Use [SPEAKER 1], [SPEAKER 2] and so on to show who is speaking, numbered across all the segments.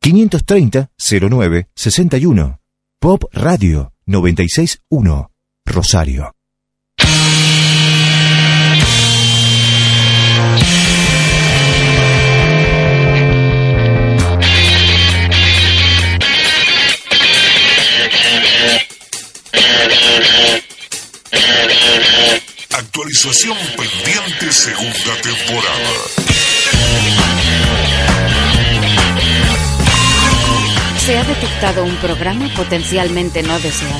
[SPEAKER 1] 530 09 61. Pop Radio 961. Rosario.
[SPEAKER 2] Actualización pendiente segunda temporada.
[SPEAKER 3] Se ha detectado un programa potencialmente no deseado.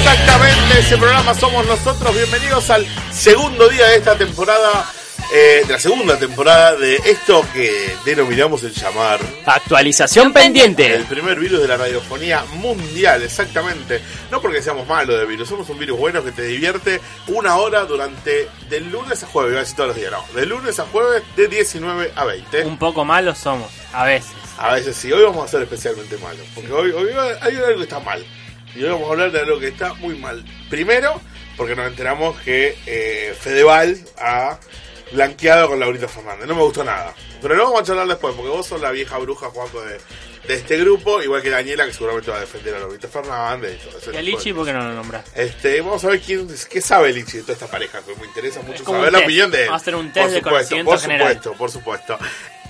[SPEAKER 4] Exactamente, ese programa somos nosotros. Bienvenidos al segundo día de esta temporada, eh, de la segunda temporada de esto que denominamos el llamar
[SPEAKER 5] Actualización pendiente.
[SPEAKER 4] el primer virus de la radiofonía mundial. Exactamente, no porque seamos malos de virus, somos un virus bueno que te divierte una hora durante del lunes a jueves, iba a decir todos los días, no, de lunes a jueves de 19 a 20.
[SPEAKER 5] Un poco malos somos, a veces.
[SPEAKER 4] A veces sí, hoy vamos a ser especialmente malos. Porque hoy, hoy va- hay algo que está mal. Y hoy vamos a hablar de algo que está muy mal. Primero, porque nos enteramos que eh, Fedeval ha blanqueado con Laurita Fernández. No me gustó nada. Pero lo vamos a charlar después, porque vos sos la vieja bruja, Juanco, de, de este grupo. Igual que Daniela, que seguramente va a defender a Laurita Fernández. Y todo eso.
[SPEAKER 5] Y a Lichi, ¿por qué no lo nombras?
[SPEAKER 4] Este, vamos a ver quién, qué sabe Lichi de toda esta pareja, que me interesa mucho
[SPEAKER 5] como
[SPEAKER 4] saber
[SPEAKER 5] un
[SPEAKER 4] la
[SPEAKER 5] test.
[SPEAKER 4] opinión de él.
[SPEAKER 5] Vamos a hacer un test
[SPEAKER 4] por
[SPEAKER 5] de
[SPEAKER 4] supuesto,
[SPEAKER 5] conocimiento
[SPEAKER 4] por
[SPEAKER 5] general.
[SPEAKER 4] supuesto, por supuesto.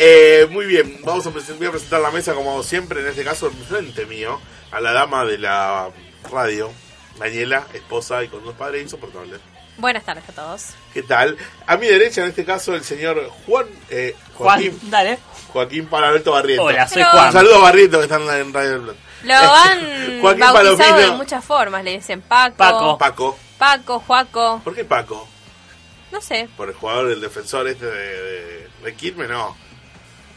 [SPEAKER 4] Eh, muy bien, vamos a, presen- voy a presentar la mesa como hago siempre, en este caso enfrente mío, a la dama de la radio, Daniela, esposa y con dos padres insoportables.
[SPEAKER 6] Buenas tardes a todos.
[SPEAKER 4] ¿Qué tal? A mi derecha, en este caso, el señor Juan, eh,
[SPEAKER 5] Juan,
[SPEAKER 4] Joaquín,
[SPEAKER 5] dale.
[SPEAKER 4] Joaquín Palaberto Barriento.
[SPEAKER 5] Hola, soy
[SPEAKER 6] Pero-
[SPEAKER 4] Un
[SPEAKER 5] Juan.
[SPEAKER 4] saludo a Barriento Ah, que están en Radio del Plata.
[SPEAKER 6] Lo
[SPEAKER 4] Joaquín
[SPEAKER 6] han bautizado de
[SPEAKER 4] Palomino.
[SPEAKER 6] muchas formas. Le dicen Paco,
[SPEAKER 5] Paco.
[SPEAKER 4] Paco.
[SPEAKER 6] Paco, Juaco,
[SPEAKER 4] ¿Por qué Paco?
[SPEAKER 6] no sé.
[SPEAKER 4] por el jugador, el defensor este de, de, de Quilmes, no.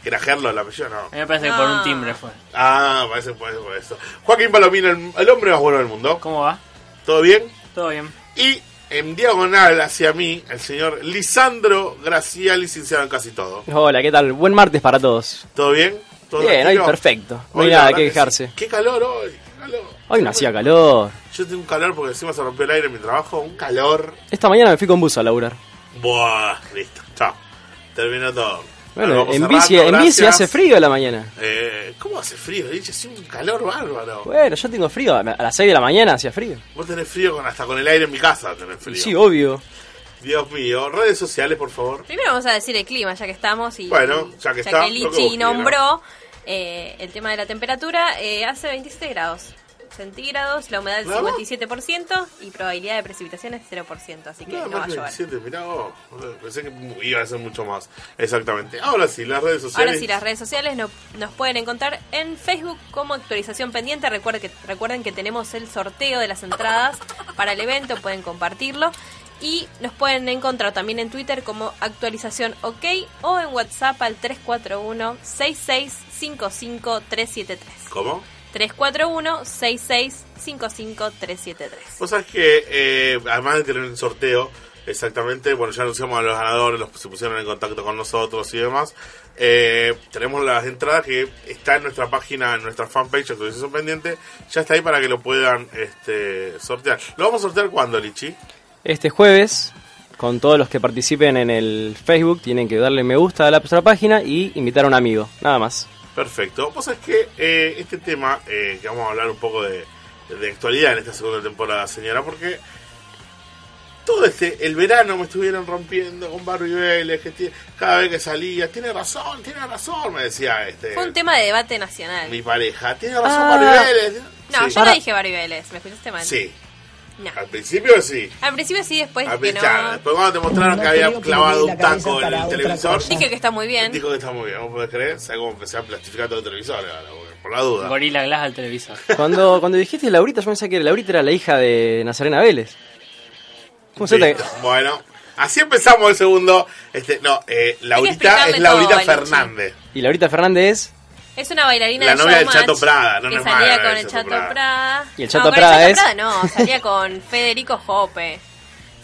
[SPEAKER 4] Que Era Gerlo el apellido, no.
[SPEAKER 5] A mí me parece que por un
[SPEAKER 6] No.
[SPEAKER 5] timbre fue.
[SPEAKER 4] Ah, parece por eso, por eso. Joaquín Palomino, el, el hombre más bueno del mundo.
[SPEAKER 5] ¿Cómo va?
[SPEAKER 4] ¿Todo bien?
[SPEAKER 5] ¿Todo bien?
[SPEAKER 4] Y en diagonal hacia mí, el señor Lisandro Graciali, sincero en casi todo.
[SPEAKER 7] Hola, ¿qué tal? Buen martes para todos.
[SPEAKER 4] ¿Todo bien? ¿Todo
[SPEAKER 7] Bien, hoy
[SPEAKER 4] tranquilo?
[SPEAKER 7] perfecto. No hay
[SPEAKER 4] Hoy la
[SPEAKER 7] nada
[SPEAKER 4] verdad
[SPEAKER 7] que
[SPEAKER 4] sí.
[SPEAKER 7] quejarse.
[SPEAKER 4] Qué calor hoy, qué calor.
[SPEAKER 7] Hoy no hacía calor.
[SPEAKER 4] Yo tengo un calor porque encima se rompió el aire en mi trabajo. Un calor.
[SPEAKER 7] Esta mañana me fui con bus a laburar.
[SPEAKER 4] Buah, listo, chao. Terminó todo.
[SPEAKER 7] Bueno,
[SPEAKER 4] Vamos
[SPEAKER 7] en
[SPEAKER 4] cerrando,
[SPEAKER 7] bici, en bici
[SPEAKER 4] gracias.
[SPEAKER 7] hace frío a la mañana.
[SPEAKER 4] Eh, ¿Cómo hace frío? Dice, hace un calor bárbaro.
[SPEAKER 7] Bueno, yo tengo frío. A las 6 de la mañana hacía frío.
[SPEAKER 4] Vos tenés frío con, hasta con el aire en mi casa, tenés frío.
[SPEAKER 7] Sí, obvio.
[SPEAKER 4] Dios mío, redes sociales, por favor.
[SPEAKER 6] Primero vamos a decir el clima, ya que estamos. y
[SPEAKER 4] Bueno,
[SPEAKER 6] y
[SPEAKER 4] ya que está, lo que vos
[SPEAKER 6] Lichi
[SPEAKER 4] quieras.
[SPEAKER 6] nombró eh, el tema de la temperatura, eh, hace 27 grados centígrados, la humedad del
[SPEAKER 4] ¿Nada más?
[SPEAKER 6] 57% y probabilidad de precipitaciones 0%, así que
[SPEAKER 4] Nada
[SPEAKER 6] no, va a
[SPEAKER 4] más de
[SPEAKER 6] llover.
[SPEAKER 4] 27, mirá vos. Pensé que mu- iba a ser mucho más. Exactamente. Ahora sí, las redes sociales.
[SPEAKER 6] Ahora sí, las redes sociales no- nos pueden encontrar en Facebook como actualización pendiente. Recuerden que, recuerden que tenemos el sorteo de las entradas para el evento, pueden compartirlo. Y nos pueden encontrar también en Twitter como actualización OK o en WhatsApp al 341-6655-373.
[SPEAKER 4] ¿Cómo?
[SPEAKER 6] 341-6655-373.
[SPEAKER 4] Vos sabés que, eh, además de tener un sorteo, exactamente, bueno, ya anunciamos a los ganadores, los que se pusieron en contacto con nosotros y demás. eh, tenemos las entradas que está en nuestra página, en nuestra fanpage, actualización pendiente. Ya está ahí para que lo puedan este, sortear. ¿Lo vamos a sortear cuándo, Lichi?
[SPEAKER 7] Este jueves, con todos los que participen en el Facebook, tienen que darle me gusta a la nuestra página y invitar a un amigo. Nada más.
[SPEAKER 4] Perfecto. Vos sabés que eh, este tema, eh, que vamos a hablar un poco de, de actualidad en esta segunda temporada, señora, porque todo este, el verano me estuvieron rompiendo con Barbie Vélez, que ti- cada vez que salía, tiene razón, tiene razón, me decía este
[SPEAKER 6] Fue un tema de debate nacional.
[SPEAKER 4] mi pareja, tiene razón
[SPEAKER 7] Ah.
[SPEAKER 4] Barbie Vélez.
[SPEAKER 6] No,
[SPEAKER 4] sí.
[SPEAKER 6] yo no dije Barbie Vélez, ¿me escuchaste mal?
[SPEAKER 4] Sí,
[SPEAKER 6] No.
[SPEAKER 4] al principio sí.
[SPEAKER 6] Al principio sí, después
[SPEAKER 4] Al
[SPEAKER 6] que no.
[SPEAKER 4] principio, Después cuando te mostraron
[SPEAKER 8] No
[SPEAKER 4] que había
[SPEAKER 8] creo que
[SPEAKER 4] clavado
[SPEAKER 8] me dé
[SPEAKER 4] un
[SPEAKER 8] la cabeza
[SPEAKER 4] taco en
[SPEAKER 8] para
[SPEAKER 4] el
[SPEAKER 8] otra
[SPEAKER 4] televisor,
[SPEAKER 8] cosa.
[SPEAKER 6] Dije que está muy bien.
[SPEAKER 4] dijo que está muy bien, ¿vos podés creer? ¿Sabés cómo empecé a plastificar todo el televisor? ahora, Por la duda.
[SPEAKER 5] Gorila Glass al televisor.
[SPEAKER 7] Cuando, cuando dijiste Laurita, yo pensé que Laurita era la hija de Nazarena Vélez. ¿Cómo se te-
[SPEAKER 4] Listo. Bueno, así empezamos el segundo. Este, no, eh,
[SPEAKER 6] Hay que
[SPEAKER 4] Laurita
[SPEAKER 6] explicarle
[SPEAKER 4] es Laurita
[SPEAKER 6] todo, Lichi.
[SPEAKER 4] Fernández.
[SPEAKER 7] Y Laurita Fernández
[SPEAKER 6] Es una bailarina
[SPEAKER 4] La
[SPEAKER 6] de
[SPEAKER 4] novia del
[SPEAKER 6] Showmatch
[SPEAKER 4] Chato Prada, no,
[SPEAKER 6] que
[SPEAKER 4] no es
[SPEAKER 6] salía
[SPEAKER 4] mala la
[SPEAKER 6] con
[SPEAKER 4] del
[SPEAKER 6] el
[SPEAKER 4] Chato
[SPEAKER 6] Chato
[SPEAKER 4] Prada.
[SPEAKER 6] Prada.
[SPEAKER 7] Y el Chato
[SPEAKER 6] con
[SPEAKER 7] Prada es-
[SPEAKER 6] Prada no, salía con Federico Jope.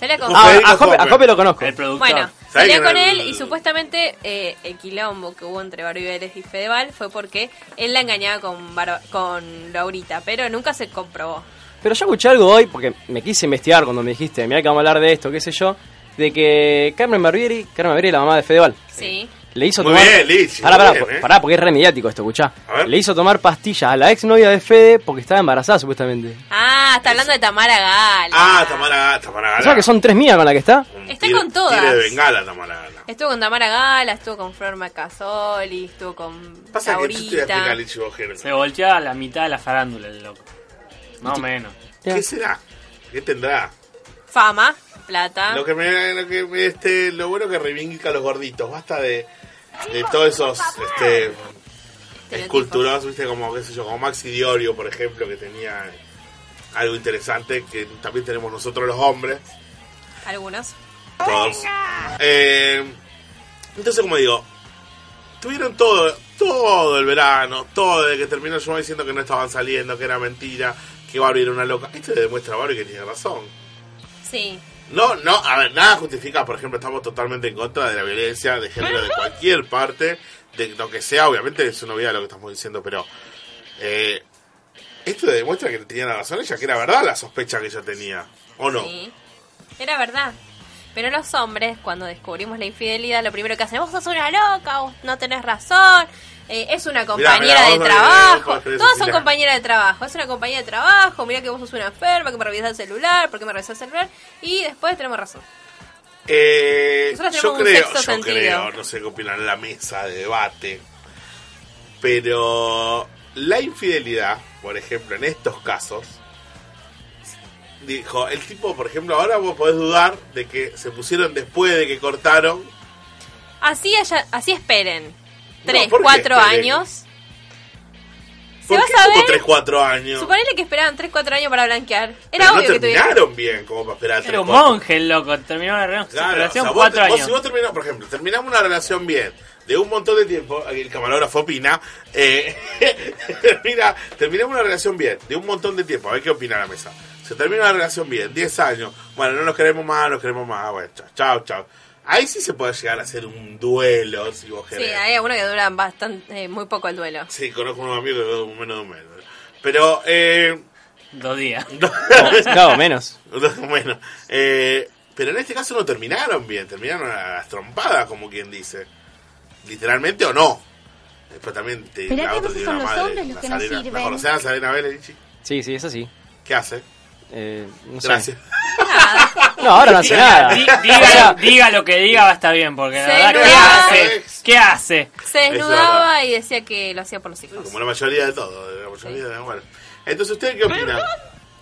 [SPEAKER 6] Salía con
[SPEAKER 4] Ah,
[SPEAKER 7] Ah,
[SPEAKER 4] Federico
[SPEAKER 7] a Jope, Eh, a
[SPEAKER 4] Hoppe.
[SPEAKER 7] Hoppe lo conozco.
[SPEAKER 5] El productor.
[SPEAKER 6] Bueno,
[SPEAKER 4] ¿Sabés
[SPEAKER 6] salía
[SPEAKER 4] que
[SPEAKER 6] con
[SPEAKER 4] en
[SPEAKER 6] él
[SPEAKER 4] el-
[SPEAKER 6] y supuestamente eh, el quilombo que hubo entre Barbibeles y Fedeval fue porque él la engañaba con, Bar- con Laurita, pero nunca se comprobó.
[SPEAKER 7] Pero yo escuché algo hoy, porque me quise investigar cuando me dijiste, mira que vamos a hablar de esto, qué sé yo, de que Carmen Barbieri, Carmen Barbieri, la mamá de Fedeval,
[SPEAKER 6] Sí.
[SPEAKER 7] le hizo
[SPEAKER 4] Muy
[SPEAKER 7] tomar...
[SPEAKER 4] bien, Lichi,
[SPEAKER 7] Pará,
[SPEAKER 4] muy
[SPEAKER 7] pará,
[SPEAKER 4] bien,
[SPEAKER 7] por-
[SPEAKER 4] eh.
[SPEAKER 7] pará, porque es re mediático esto, escuchá.
[SPEAKER 4] A ver.
[SPEAKER 7] Le hizo tomar pastillas a la exnovia de Fede porque estaba embarazada, supuestamente.
[SPEAKER 6] Ah, está hablando de Tamara Gala.
[SPEAKER 4] Ah, Tamara, Tamara Gala.
[SPEAKER 7] ¿Sabes que son tres mías con la que está?
[SPEAKER 4] Un
[SPEAKER 6] Está
[SPEAKER 4] tiro-
[SPEAKER 6] con todas.
[SPEAKER 4] tiro de bengala, Tamara Gala.
[SPEAKER 6] Estuvo con Tamara Gala, estuvo con Flor Macasoli, estuvo con
[SPEAKER 4] Pasa que yo te voy a
[SPEAKER 6] Laurita.
[SPEAKER 4] explicar, Lichi Bojero.
[SPEAKER 5] Se volteaba a la mitad de la farándula el loco. Más o menos.
[SPEAKER 4] ¿Qué será? ¿Qué tendrá?
[SPEAKER 6] Fama, plata.
[SPEAKER 4] Lo que me, lo que me- este, lo bueno que reivindica a los gorditos, basta de, de todos esos este esculturados, viste, como qué sé yo, como Maxi Diorio, por ejemplo, que tenía algo interesante que también tenemos nosotros los hombres,
[SPEAKER 6] Algunos.
[SPEAKER 4] todos. Eh, entonces como digo, tuvieron todo, todo el verano, todo desde que terminó yo diciendo que no estaban saliendo, que era mentira, que Barbie era una loca. Esto le demuestra a Barbie que tiene razón.
[SPEAKER 6] Sí.
[SPEAKER 4] No, no, a ver, nada justifica, por ejemplo, estamos totalmente en contra de la violencia de género de cualquier parte, de lo que sea, obviamente es una obviedad lo que estamos diciendo, pero eh, esto demuestra que tenía la razón ella, que era verdad la sospecha que ella tenía, ¿o no?
[SPEAKER 6] Sí. Era verdad. Pero los hombres, cuando descubrimos la infidelidad, lo primero que hacen, vos sos una loca, vos no tenés razón, eh, es una compañera
[SPEAKER 4] mirá, vos
[SPEAKER 6] de
[SPEAKER 4] no- vos
[SPEAKER 6] trabajo.
[SPEAKER 4] podés creer eso,
[SPEAKER 6] Todas son
[SPEAKER 4] mirá.
[SPEAKER 6] compañeras de trabajo, es una compañera de trabajo, mirá que vos sos una enferma, que me revisás el celular, porque me revisás el celular, y después tenemos razón.
[SPEAKER 4] Eh,
[SPEAKER 6] Nosotros
[SPEAKER 4] yo
[SPEAKER 6] tenemos un
[SPEAKER 4] creo, yo
[SPEAKER 6] sexto sentido.
[SPEAKER 4] creo, no sé qué opinan en la mesa de debate, pero la infidelidad, por ejemplo, en estos casos, dijo, el tipo, por ejemplo, ahora vos podés dudar de que se pusieron después de que cortaron.
[SPEAKER 6] Así, haya- así esperen.
[SPEAKER 4] No,
[SPEAKER 6] Tres,
[SPEAKER 4] ¿por qué
[SPEAKER 6] cuatro
[SPEAKER 4] esperen?
[SPEAKER 6] años. Se
[SPEAKER 4] ¿Por
[SPEAKER 6] va a
[SPEAKER 4] qué como
[SPEAKER 6] saber.
[SPEAKER 4] 3, 4 años?
[SPEAKER 6] Suponele que esperaban tres, cuatro años para blanquear.
[SPEAKER 4] Pero
[SPEAKER 6] Era
[SPEAKER 4] no
[SPEAKER 6] obvio que tuvieron.
[SPEAKER 4] terminaron bien como para esperar
[SPEAKER 5] Era
[SPEAKER 4] 3,
[SPEAKER 5] un
[SPEAKER 4] 4
[SPEAKER 5] monje el loco. Terminó la relación
[SPEAKER 4] Claro, o sea,
[SPEAKER 5] relación
[SPEAKER 4] vos,
[SPEAKER 5] cuatro
[SPEAKER 4] vos-
[SPEAKER 5] años.
[SPEAKER 4] si vos terminás, por ejemplo, terminamos una relación bien, de un montón de tiempo, el camarógrafo opina, eh, termina, terminamos una relación bien, de un montón de tiempo, a ver qué opina la mesa. Se termina una relación bien, 10 años, bueno, no nos queremos más, nos queremos más, bueno, chao, chao, chao. Ahí sí se puede llegar a hacer un duelo, si vos
[SPEAKER 6] Sí,
[SPEAKER 4] querés.
[SPEAKER 6] hay algunos que duran bastante, eh, muy poco el duelo.
[SPEAKER 4] Sí, conozco unos amigos que duró menos de un mes. Pero, eh...
[SPEAKER 5] Dos días.
[SPEAKER 7] Claro, menos.
[SPEAKER 4] bueno, eh, pero en este caso no terminaron bien, terminaron a las trompadas, como quien dice. Literalmente o no. Después también te,
[SPEAKER 8] Pero acá no
[SPEAKER 4] tiene
[SPEAKER 8] son
[SPEAKER 4] una
[SPEAKER 8] los hombres los que no
[SPEAKER 4] Nazarena. ¿La
[SPEAKER 8] sirven.
[SPEAKER 4] conocés a Nazarena Vélez, Lichi?
[SPEAKER 7] Sí, sí, es así.
[SPEAKER 4] ¿Qué hace?
[SPEAKER 7] Eh, no sé.
[SPEAKER 4] Gracias.
[SPEAKER 6] Nada.
[SPEAKER 7] No, ahora no hace nada.
[SPEAKER 5] Di-
[SPEAKER 7] O sea,
[SPEAKER 5] diga, diga lo que diga, va a estar bien. Porque la
[SPEAKER 6] Se
[SPEAKER 5] verdad, ¿qué
[SPEAKER 6] nudaba.
[SPEAKER 5] hace? ¿Qué hace?
[SPEAKER 6] Se
[SPEAKER 4] Es verdad.
[SPEAKER 6] desnudaba y decía que lo hacía por los hijos.
[SPEAKER 4] Como la mayoría de todo. de La mayoría de, bueno. Entonces, ¿ustedes qué opinan?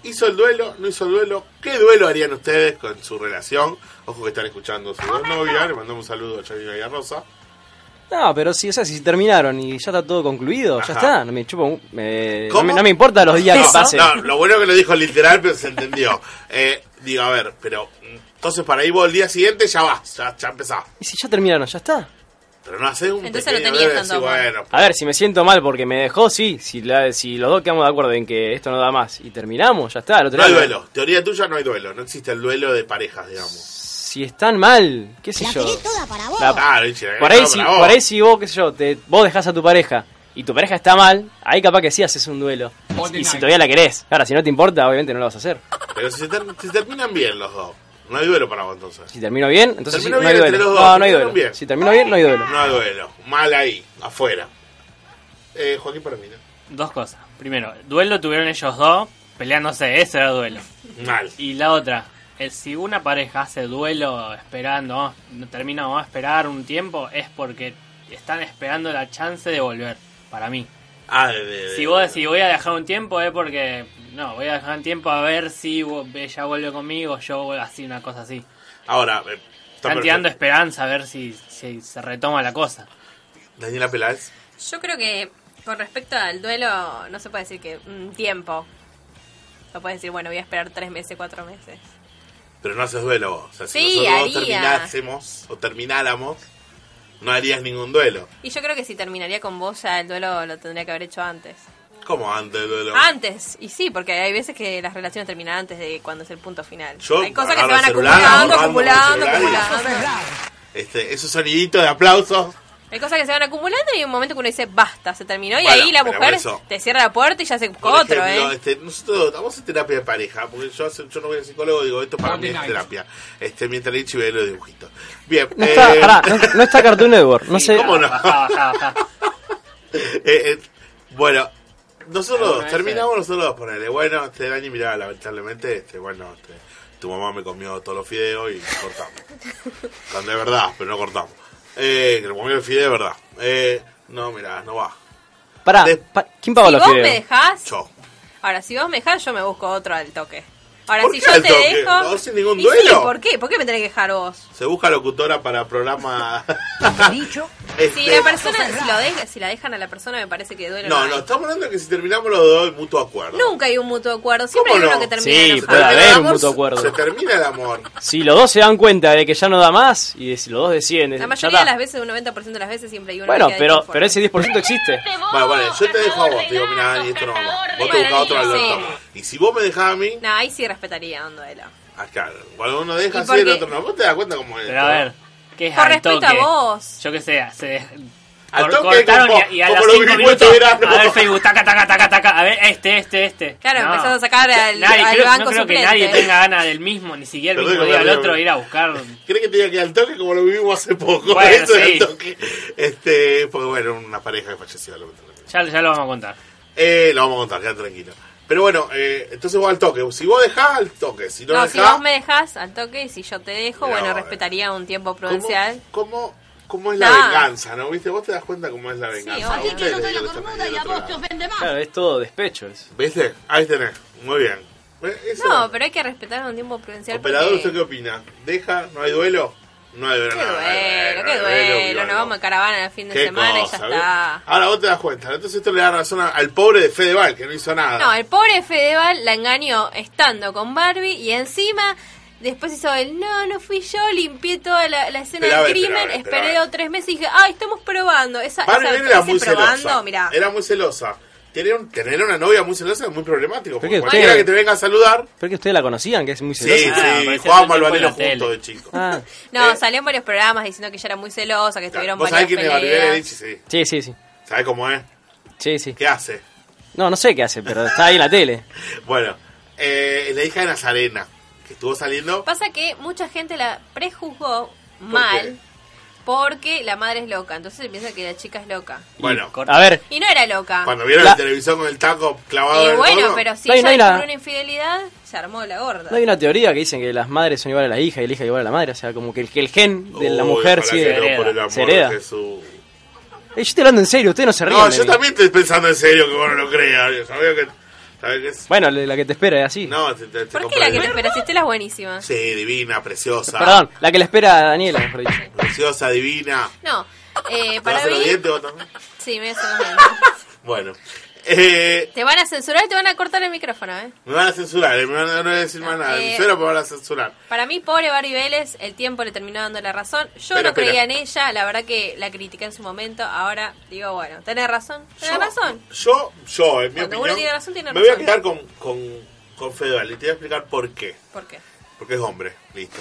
[SPEAKER 4] ¿Hizo el duelo? ¿No hizo el duelo? ¿Qué duelo harían ustedes con su relación? Ojo que están escuchando a su dos novia. Le mandamos un saludo a Janina y a Rosa.
[SPEAKER 7] No, pero sí, o sea, si terminaron y ya está todo concluido,
[SPEAKER 4] Ajá.
[SPEAKER 7] ya está. No me chupo un- me- no,
[SPEAKER 4] ¿Cómo?
[SPEAKER 7] me, no me importa los días
[SPEAKER 4] no,
[SPEAKER 7] que pasen.
[SPEAKER 4] no, lo bueno que lo dijo literal, pero se entendió. Eh, digo, a ver, pero mm, entonces para ahí vos el día siguiente ya vas, ya, ya empezás.
[SPEAKER 7] Y si ya terminaron, ya está.
[SPEAKER 4] Pero no haces un
[SPEAKER 6] Entonces
[SPEAKER 4] pequeño
[SPEAKER 6] no
[SPEAKER 4] debe
[SPEAKER 6] tenías tanto
[SPEAKER 4] decir,
[SPEAKER 6] amor.
[SPEAKER 4] bueno,
[SPEAKER 7] A ver, si me siento mal porque me dejó, sí. Si, la- si los dos quedamos de acuerdo en que esto no da más y terminamos, ya está. El otro
[SPEAKER 4] no hay
[SPEAKER 7] día-
[SPEAKER 4] duelo. Teoría tuya no hay duelo. No existe el duelo de parejas, digamos.
[SPEAKER 7] Si están mal, qué sé
[SPEAKER 8] La
[SPEAKER 7] yo.
[SPEAKER 8] querés toda para vos.
[SPEAKER 7] La-
[SPEAKER 4] Claro, dice,
[SPEAKER 7] Ah. por,
[SPEAKER 4] eh,
[SPEAKER 7] ahí
[SPEAKER 4] no,
[SPEAKER 7] si,
[SPEAKER 4] para vos.
[SPEAKER 7] por ahí si vos, qué sé yo, te, vos dejás a tu pareja y tu pareja está mal, ahí capaz que sí haces un duelo. Y si todavía la querés. Ahora, si no te importa, obviamente no lo vas a hacer.
[SPEAKER 4] Pero si se, ter- si terminan bien los dos, no hay duelo para vos entonces.
[SPEAKER 7] Si termino bien, entonces
[SPEAKER 4] Termino
[SPEAKER 7] sí, no hay
[SPEAKER 4] bien entre
[SPEAKER 7] duelo.
[SPEAKER 4] los dos,
[SPEAKER 7] No, no hay
[SPEAKER 4] terminaron
[SPEAKER 7] duelo.
[SPEAKER 4] bien.
[SPEAKER 7] Si termino bien, no hay duelo.
[SPEAKER 4] No hay duelo. Mal ahí, afuera. Eh, Joaquín para mí, ¿no?
[SPEAKER 5] Dos cosas. Primero, duelo tuvieron ellos dos peleándose. Ese era duelo.
[SPEAKER 4] Mal.
[SPEAKER 5] Y la otra, eh, si una pareja hace duelo esperando, vamos, no termina, vamos a esperar un tiempo, es porque están esperando la chance de volver, para mí.
[SPEAKER 4] Ah, de- de-
[SPEAKER 5] Si vos decís voy a dejar un tiempo, es porque, no, voy a dejar un tiempo a ver si vo- ella vuelve conmigo, yo vuelvo así, una cosa así.
[SPEAKER 4] Ahora, eh, está
[SPEAKER 5] Están tirando
[SPEAKER 4] perfecto.
[SPEAKER 5] esperanza a ver si, si se retoma la cosa.
[SPEAKER 4] Daniela Peláez.
[SPEAKER 6] Yo creo que con respecto al duelo, no se puede decir que un tiempo. No puedes decir, bueno, voy a esperar tres meses, cuatro meses.
[SPEAKER 4] Pero no haces duelo vos. O sea, si
[SPEAKER 6] Sí,
[SPEAKER 4] nosotros dos
[SPEAKER 6] haría.
[SPEAKER 4] terminásemos o termináramos, no harías ningún duelo.
[SPEAKER 6] Y yo creo que si terminaría con vos ya el duelo lo tendría que haber hecho antes.
[SPEAKER 4] ¿Cómo antes del duelo?
[SPEAKER 6] Ah. Antes, y sí, porque hay veces que las relaciones terminan antes de cuando es el punto final.
[SPEAKER 4] Yo
[SPEAKER 6] hay cosas que se
[SPEAKER 4] agarro
[SPEAKER 6] van
[SPEAKER 4] el celular,
[SPEAKER 6] acumulando,
[SPEAKER 4] agarro
[SPEAKER 6] acumulando,
[SPEAKER 4] el celular y-
[SPEAKER 6] acumulando.
[SPEAKER 4] Este, esos soniditos de aplausos.
[SPEAKER 6] Hay cosas que se van acumulando y hay un momento que uno dice, basta, se terminó. y
[SPEAKER 4] Bueno,
[SPEAKER 6] ahí la
[SPEAKER 4] pero
[SPEAKER 6] mujer
[SPEAKER 4] eso-
[SPEAKER 6] te cierra la puerta y ya se busca
[SPEAKER 4] Por
[SPEAKER 6] otro,
[SPEAKER 4] ejemplo,
[SPEAKER 6] ¿eh?
[SPEAKER 4] este, nosotros estamos en terapia de pareja, porque yo, hace- yo no voy al psicólogo, digo, esto para mí es terapia. Este, mientras le y ve los dibujitos. Bien,
[SPEAKER 7] No está,
[SPEAKER 4] eh,
[SPEAKER 7] pará, no, no está Cartoon Network, no sé.
[SPEAKER 4] ¿Cómo no?
[SPEAKER 5] Bajá, bajá, bajá.
[SPEAKER 4] Eh, eh, bueno, nosotros
[SPEAKER 5] Alguna
[SPEAKER 4] dos,
[SPEAKER 5] vez
[SPEAKER 4] terminamos nosotros dos, ponele. Bueno, este año, mirá, lamentablemente, este, bueno, este, tu mamá me comió todos los fideos y cortamos. Cuando es verdad, pero no cortamos. Eh, que me comió el fideo de verdad. Eh, no, mirá, no va.
[SPEAKER 7] Pará,
[SPEAKER 4] De-
[SPEAKER 7] pa- ¿quién pagó
[SPEAKER 6] Si
[SPEAKER 7] los
[SPEAKER 6] vos me
[SPEAKER 7] fideos?
[SPEAKER 6] dejás,
[SPEAKER 4] Yo.
[SPEAKER 6] ahora si vos me dejás, yo me busco otro al toque. Ahora
[SPEAKER 4] ¿Por
[SPEAKER 6] si
[SPEAKER 4] qué
[SPEAKER 6] yo
[SPEAKER 4] al
[SPEAKER 6] te
[SPEAKER 4] toque?
[SPEAKER 6] dejo.
[SPEAKER 4] ¿No sin ningún
[SPEAKER 6] Y sí,
[SPEAKER 4] duelo?
[SPEAKER 6] ¿Por qué? ¿Por qué me tenés que dejar vos?
[SPEAKER 4] Se busca locutora para programa.
[SPEAKER 8] Dicho.
[SPEAKER 4] este,
[SPEAKER 6] Si la persona, si, lo deja- si la dejan a la persona, me parece que duele.
[SPEAKER 4] No, no, estamos hablando de que si terminamos los dos, mutuo acuerdo.
[SPEAKER 6] Nunca hay un mutuo acuerdo, siempre hay
[SPEAKER 4] ¿Cómo
[SPEAKER 6] uno
[SPEAKER 4] no?
[SPEAKER 6] que termina
[SPEAKER 7] Sí,
[SPEAKER 6] enojado.
[SPEAKER 7] puede
[SPEAKER 4] Termina el
[SPEAKER 7] haber un
[SPEAKER 4] amor,
[SPEAKER 7] mutuo
[SPEAKER 4] Se
[SPEAKER 7] acuerdo.
[SPEAKER 4] termina el amor.
[SPEAKER 7] Si los dos se dan cuenta de que ya no da más y si los dos deciden,
[SPEAKER 6] La
[SPEAKER 7] ya
[SPEAKER 6] mayoría de
[SPEAKER 7] está.
[SPEAKER 6] las veces, un 90% de las veces, siempre hay uno
[SPEAKER 7] Bueno,
[SPEAKER 6] que queda Este,
[SPEAKER 7] pero,
[SPEAKER 6] disconforme.
[SPEAKER 7] pero ese 10% existe.
[SPEAKER 4] Bueno, vale, yo te dejo a vos. Te digo, mirá, y esto no va más. Vos te buscás otro al
[SPEAKER 6] Sí.
[SPEAKER 4] otro. Y si vos me dejás a mí,
[SPEAKER 6] No, ahí sí respetaría un duelo.
[SPEAKER 4] Ah, claro. Cuando uno deja
[SPEAKER 6] ¿Y
[SPEAKER 4] así,
[SPEAKER 6] por
[SPEAKER 4] el
[SPEAKER 6] qué?
[SPEAKER 4] otro no. ¿Vos te das cuenta cómo es?
[SPEAKER 5] Pero a
[SPEAKER 4] esto?
[SPEAKER 5] ver, ¿qué es
[SPEAKER 6] Por
[SPEAKER 5] al
[SPEAKER 6] respeto
[SPEAKER 5] toque?
[SPEAKER 6] a vos.
[SPEAKER 5] Yo qué sé, se de-
[SPEAKER 4] Al
[SPEAKER 5] cor-
[SPEAKER 4] toque,
[SPEAKER 5] cortaron
[SPEAKER 4] como-
[SPEAKER 5] y, y a
[SPEAKER 4] como
[SPEAKER 5] las
[SPEAKER 4] lo
[SPEAKER 5] 5
[SPEAKER 4] vivimos
[SPEAKER 5] minutos.
[SPEAKER 4] este verano.
[SPEAKER 5] A ver, Facebook, taca, taca, taca, taca. A ver, este, este, este.
[SPEAKER 6] Claro,
[SPEAKER 5] No.
[SPEAKER 6] empezás a sacar al,
[SPEAKER 5] Nadie,
[SPEAKER 6] al
[SPEAKER 5] creo-
[SPEAKER 6] banco
[SPEAKER 5] no creo
[SPEAKER 6] suplente.
[SPEAKER 5] que nadie tenga ganas del mismo, ni siquiera el
[SPEAKER 4] Perdón,
[SPEAKER 5] mismo día al
[SPEAKER 4] perdón,
[SPEAKER 5] otro
[SPEAKER 4] perdón.
[SPEAKER 5] ir a buscar.
[SPEAKER 4] ¿Crees que tenía que ir al toque como lo vivimos hace poco?
[SPEAKER 5] Bueno,
[SPEAKER 4] Eso es
[SPEAKER 5] sí.
[SPEAKER 4] el toque. Este, porque bueno, una pareja que falleció. lamentablemente.
[SPEAKER 5] Ya, ya lo vamos a contar.
[SPEAKER 4] Eh, lo vamos a contar, quédate tranquilo. Pero bueno, eh, entonces vos al toque. Si vos dejás, al toque. Si no,
[SPEAKER 6] No,
[SPEAKER 4] dejás...
[SPEAKER 6] si vos me dejas al toque y si yo te dejo,
[SPEAKER 4] No,
[SPEAKER 6] bueno,
[SPEAKER 4] eh.
[SPEAKER 6] respetaría un tiempo
[SPEAKER 4] ¿cómo-
[SPEAKER 6] prudencial.
[SPEAKER 4] ¿Cómo, cómo es la
[SPEAKER 6] Nah.
[SPEAKER 4] venganza, no? ¿Viste? Vos te das cuenta cómo es la venganza.
[SPEAKER 6] obvio.
[SPEAKER 4] Ustedes que lo están ahí del otro lado.
[SPEAKER 7] Claro, es todo despecho. es-
[SPEAKER 4] ¿Viste? Ahí tenés. Muy bien. ¿Ves? Eso.
[SPEAKER 6] No, pero hay que respetar un tiempo prudencial.
[SPEAKER 4] Operador,
[SPEAKER 6] porque-
[SPEAKER 4] ¿usted qué opina? ¿Deja? ¿No hay duelo? No hay duelo. no,
[SPEAKER 6] Qué
[SPEAKER 4] no hay
[SPEAKER 6] duelo,
[SPEAKER 4] no hay
[SPEAKER 6] qué duelo.
[SPEAKER 4] obvio,
[SPEAKER 6] Nos
[SPEAKER 4] no.
[SPEAKER 6] vamos a caravana el fin de
[SPEAKER 4] Qué
[SPEAKER 6] semana
[SPEAKER 4] cosa,
[SPEAKER 6] y ya
[SPEAKER 4] ¿ves?
[SPEAKER 6] está.
[SPEAKER 4] Ahora vos te das cuenta. Entonces esto le da razón a- al pobre de Fedeval, que no hizo nada.
[SPEAKER 6] No, el pobre Fedeval la engañó estando con Barbie y encima después hizo el no, no fui yo, limpié toda la, la escena
[SPEAKER 4] Esperá,
[SPEAKER 6] del
[SPEAKER 4] esperá,
[SPEAKER 6] crimen,
[SPEAKER 4] esperá.
[SPEAKER 6] esperé dos tres meses y dije, ay, estamos probando. Esa,
[SPEAKER 4] Barbie
[SPEAKER 6] esa
[SPEAKER 4] era muy
[SPEAKER 6] frase probando,
[SPEAKER 4] celosa.
[SPEAKER 6] mirá.
[SPEAKER 4] Era muy celosa. Tener, un- tener una novia muy celosa es muy problemático. Porque
[SPEAKER 7] qué?
[SPEAKER 4] cualquiera
[SPEAKER 7] Bueno.
[SPEAKER 4] que te venga a saludar.
[SPEAKER 7] Pero que ustedes la conocían, que es muy
[SPEAKER 4] Sí, sí,
[SPEAKER 7] celosa.
[SPEAKER 5] Ah, parece
[SPEAKER 4] jugábamos al
[SPEAKER 5] todo el
[SPEAKER 4] balero
[SPEAKER 5] tiempo en la
[SPEAKER 4] juntos de
[SPEAKER 5] tele.
[SPEAKER 4] chico.
[SPEAKER 7] Ah,
[SPEAKER 6] No,
[SPEAKER 4] Eh.
[SPEAKER 6] salió en varios programas diciendo que ella era muy celosa, que estuvieron
[SPEAKER 4] Vos
[SPEAKER 6] varias
[SPEAKER 4] sabés quién es Barbie
[SPEAKER 6] peleas.
[SPEAKER 4] Leche, sí.
[SPEAKER 7] sí, sí, sí.
[SPEAKER 4] Sabés cómo es.
[SPEAKER 7] Sí, sí.
[SPEAKER 4] ¿Qué hace?
[SPEAKER 7] No, no sé qué hace, pero está ahí en la tele.
[SPEAKER 4] Bueno, eh, la hija de Nazarena, que estuvo saliendo.
[SPEAKER 6] Pasa que mucha gente la prejuzgó mal porque la madre es loca, entonces se piensa que la chica es loca.
[SPEAKER 7] Y-
[SPEAKER 4] Bueno.
[SPEAKER 7] A ver,
[SPEAKER 6] Y no era loca.
[SPEAKER 4] Cuando vieron
[SPEAKER 7] La-
[SPEAKER 4] la televisión con el taco clavado en
[SPEAKER 6] y
[SPEAKER 4] el
[SPEAKER 6] bueno,
[SPEAKER 4] codo,
[SPEAKER 6] pero si
[SPEAKER 7] No hay-
[SPEAKER 6] ella
[SPEAKER 7] no hay
[SPEAKER 6] descubrió
[SPEAKER 7] nada.
[SPEAKER 6] una infidelidad, se armó la gorda.
[SPEAKER 7] no hay una teoría que dicen que las madres son iguales a la hija y la hija igual a la madre. O sea, como que el, que el gen de la
[SPEAKER 4] Uy,
[SPEAKER 7] mujer
[SPEAKER 4] ojalá
[SPEAKER 7] sigue.
[SPEAKER 4] que no, por el amor
[SPEAKER 7] se hereda.
[SPEAKER 4] de Jesús.
[SPEAKER 7] Eh, yo estoy hablando en serio, ustedes no se ríen.
[SPEAKER 4] No,
[SPEAKER 7] de
[SPEAKER 4] yo
[SPEAKER 7] mí.
[SPEAKER 4] también estoy pensando en serio que vos no lo creas. Yo sabía que. sabía que es-
[SPEAKER 7] Bueno, la que te espera es así.
[SPEAKER 4] No, te, te, te
[SPEAKER 6] ¿Por qué
[SPEAKER 4] compro
[SPEAKER 6] la que
[SPEAKER 4] el-
[SPEAKER 6] te espera? Si Estela es buenísima.
[SPEAKER 4] Sí, divina, preciosa.
[SPEAKER 7] Perdón, la que le espera a Daniela, mejor dicho.
[SPEAKER 4] Preciosa, divina.
[SPEAKER 6] No, eh,
[SPEAKER 4] ¿Te vas
[SPEAKER 6] para
[SPEAKER 4] a los
[SPEAKER 6] mí...
[SPEAKER 4] dientes vos también?
[SPEAKER 6] Sí, me voy a hacer los dientes.
[SPEAKER 4] Bueno. Eh,
[SPEAKER 6] Te van a censurar y te van a cortar el micrófono, ¿eh?
[SPEAKER 4] me van a censurar, eh, me van a, no voy a decir más nada.
[SPEAKER 6] Eh,
[SPEAKER 4] Pero me van a censurar.
[SPEAKER 6] Para mí, pobre Barbie Vélez, el tiempo le terminó dando la razón. Yo
[SPEAKER 4] Pero,
[SPEAKER 6] no creía
[SPEAKER 4] espera.
[SPEAKER 6] en ella, la verdad que la critiqué en su momento. Ahora digo, bueno, tenés razón, tenés
[SPEAKER 4] Yo-
[SPEAKER 6] razón.
[SPEAKER 4] Yo, yo, en mi
[SPEAKER 6] Cuando
[SPEAKER 4] opinión.
[SPEAKER 6] uno tiene razón, tiene
[SPEAKER 4] me voy a
[SPEAKER 6] razón.
[SPEAKER 4] quedar con, con, con Fedeval y te voy a explicar por qué.
[SPEAKER 6] ¿Por qué?
[SPEAKER 4] Porque es hombre, listo.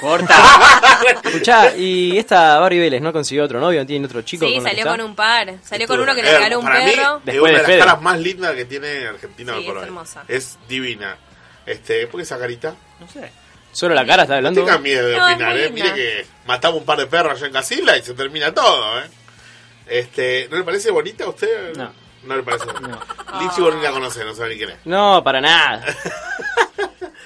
[SPEAKER 5] Corta.
[SPEAKER 7] Escuchá, y esta Barbie Vélez no consiguió otro novio, no tiene otro chico.
[SPEAKER 6] sí,
[SPEAKER 7] con el que
[SPEAKER 6] salió
[SPEAKER 7] está?
[SPEAKER 6] con un par. Salió con uno que le
[SPEAKER 4] Hermo-
[SPEAKER 6] regaló un
[SPEAKER 4] para mí,
[SPEAKER 6] perro.
[SPEAKER 4] es
[SPEAKER 7] Después
[SPEAKER 4] una
[SPEAKER 7] de
[SPEAKER 4] de las
[SPEAKER 7] Fede.
[SPEAKER 4] caras más lindas que tiene Argentina
[SPEAKER 6] Sí,
[SPEAKER 4] hoy por
[SPEAKER 6] es
[SPEAKER 4] hoy.
[SPEAKER 6] hermosa.
[SPEAKER 4] Es divina. Este, ¿Por qué esa carita?
[SPEAKER 5] No sé.
[SPEAKER 7] Solo la cara está
[SPEAKER 4] No
[SPEAKER 7] hablando.
[SPEAKER 4] tengan miedo de
[SPEAKER 6] No, es
[SPEAKER 4] opinar,
[SPEAKER 6] muy
[SPEAKER 4] ¿eh?
[SPEAKER 6] linda.
[SPEAKER 4] Mire que matamos un par de perros allá en Casilla y se termina todo, ¿eh? Este, ¿No le parece bonita a usted?
[SPEAKER 5] No.
[SPEAKER 4] No le parece bonita. Lichi vos ni la conoce, no sabe ni quién es.
[SPEAKER 7] No, para nada.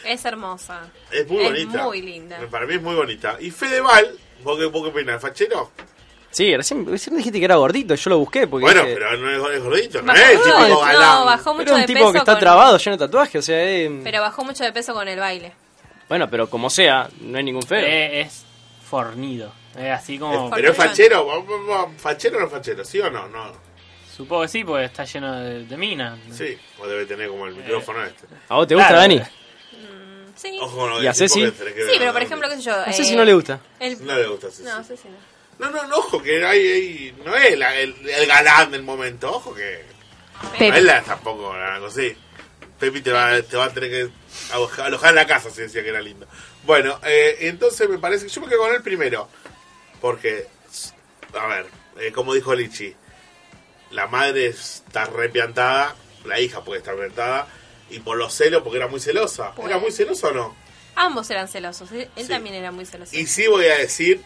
[SPEAKER 6] Es hermosa.
[SPEAKER 4] Es muy
[SPEAKER 6] Es
[SPEAKER 4] bonita.
[SPEAKER 6] muy linda.
[SPEAKER 4] Para mí es muy bonita. Y Fedeval, ¿vos qué, vos qué opinás, fachero?
[SPEAKER 7] Sí, recién, recién dijiste que era gordito, yo lo busqué porque
[SPEAKER 4] Bueno,
[SPEAKER 7] dije-
[SPEAKER 4] pero no es, es gordito, no
[SPEAKER 6] Bajó-
[SPEAKER 4] es el
[SPEAKER 6] no,
[SPEAKER 4] típico
[SPEAKER 6] no,
[SPEAKER 4] galán.
[SPEAKER 6] bajó mucho
[SPEAKER 7] Pero
[SPEAKER 6] de
[SPEAKER 7] un tipo
[SPEAKER 6] peso
[SPEAKER 7] que está
[SPEAKER 6] con-
[SPEAKER 7] trabado, lleno de tatuajes, o sea, eh,
[SPEAKER 6] Pero bajó mucho de peso con el baile.
[SPEAKER 7] bueno, pero como sea, no hay ningún feo.
[SPEAKER 5] Eh, es fornido. Es así como.
[SPEAKER 4] Pero es
[SPEAKER 6] Fornido.
[SPEAKER 4] fachero, vamos, vamos, fachero o no fachero, ¿sí o no? No,
[SPEAKER 5] Supongo que sí, porque está lleno de, de minas.
[SPEAKER 4] sí, o debe tener como el micrófono este.
[SPEAKER 6] Eh.
[SPEAKER 7] ¿A vos te gusta,
[SPEAKER 5] claro.
[SPEAKER 7] Dani?
[SPEAKER 6] Sí.
[SPEAKER 4] Ojo con lo
[SPEAKER 7] ¿Y
[SPEAKER 4] que
[SPEAKER 7] a
[SPEAKER 4] decís,
[SPEAKER 7] Ceci?
[SPEAKER 4] porque tenés que ver
[SPEAKER 6] Sí, pero
[SPEAKER 4] dónde.
[SPEAKER 6] por ejemplo, qué sé yo.
[SPEAKER 7] No sé
[SPEAKER 6] eh,
[SPEAKER 7] si no le gusta.
[SPEAKER 6] el-
[SPEAKER 4] No le gusta a Ceci.
[SPEAKER 6] No, Ceci no.
[SPEAKER 4] No, no, no, ojo, que hay, hay- no es la- el, el galán del momento, ojo que. No es
[SPEAKER 3] Pepe.
[SPEAKER 4] la tampoco, una cosa así. Pepi te va, te va a tener que aloja- alojar en la casa si decía que era lindo. Bueno, eh, entonces me parece que yo me quedo con el primero. Porque, a ver, eh, como dijo Lichi, la madre está repiantada, la hija puede estar repiantada, y por los celos, porque era muy celosa.
[SPEAKER 6] Puede.
[SPEAKER 4] ¿Era muy celosa o no?
[SPEAKER 6] Ambos eran celosos. Él él
[SPEAKER 4] Sí.
[SPEAKER 6] también era muy celoso.
[SPEAKER 4] Y sí voy a decir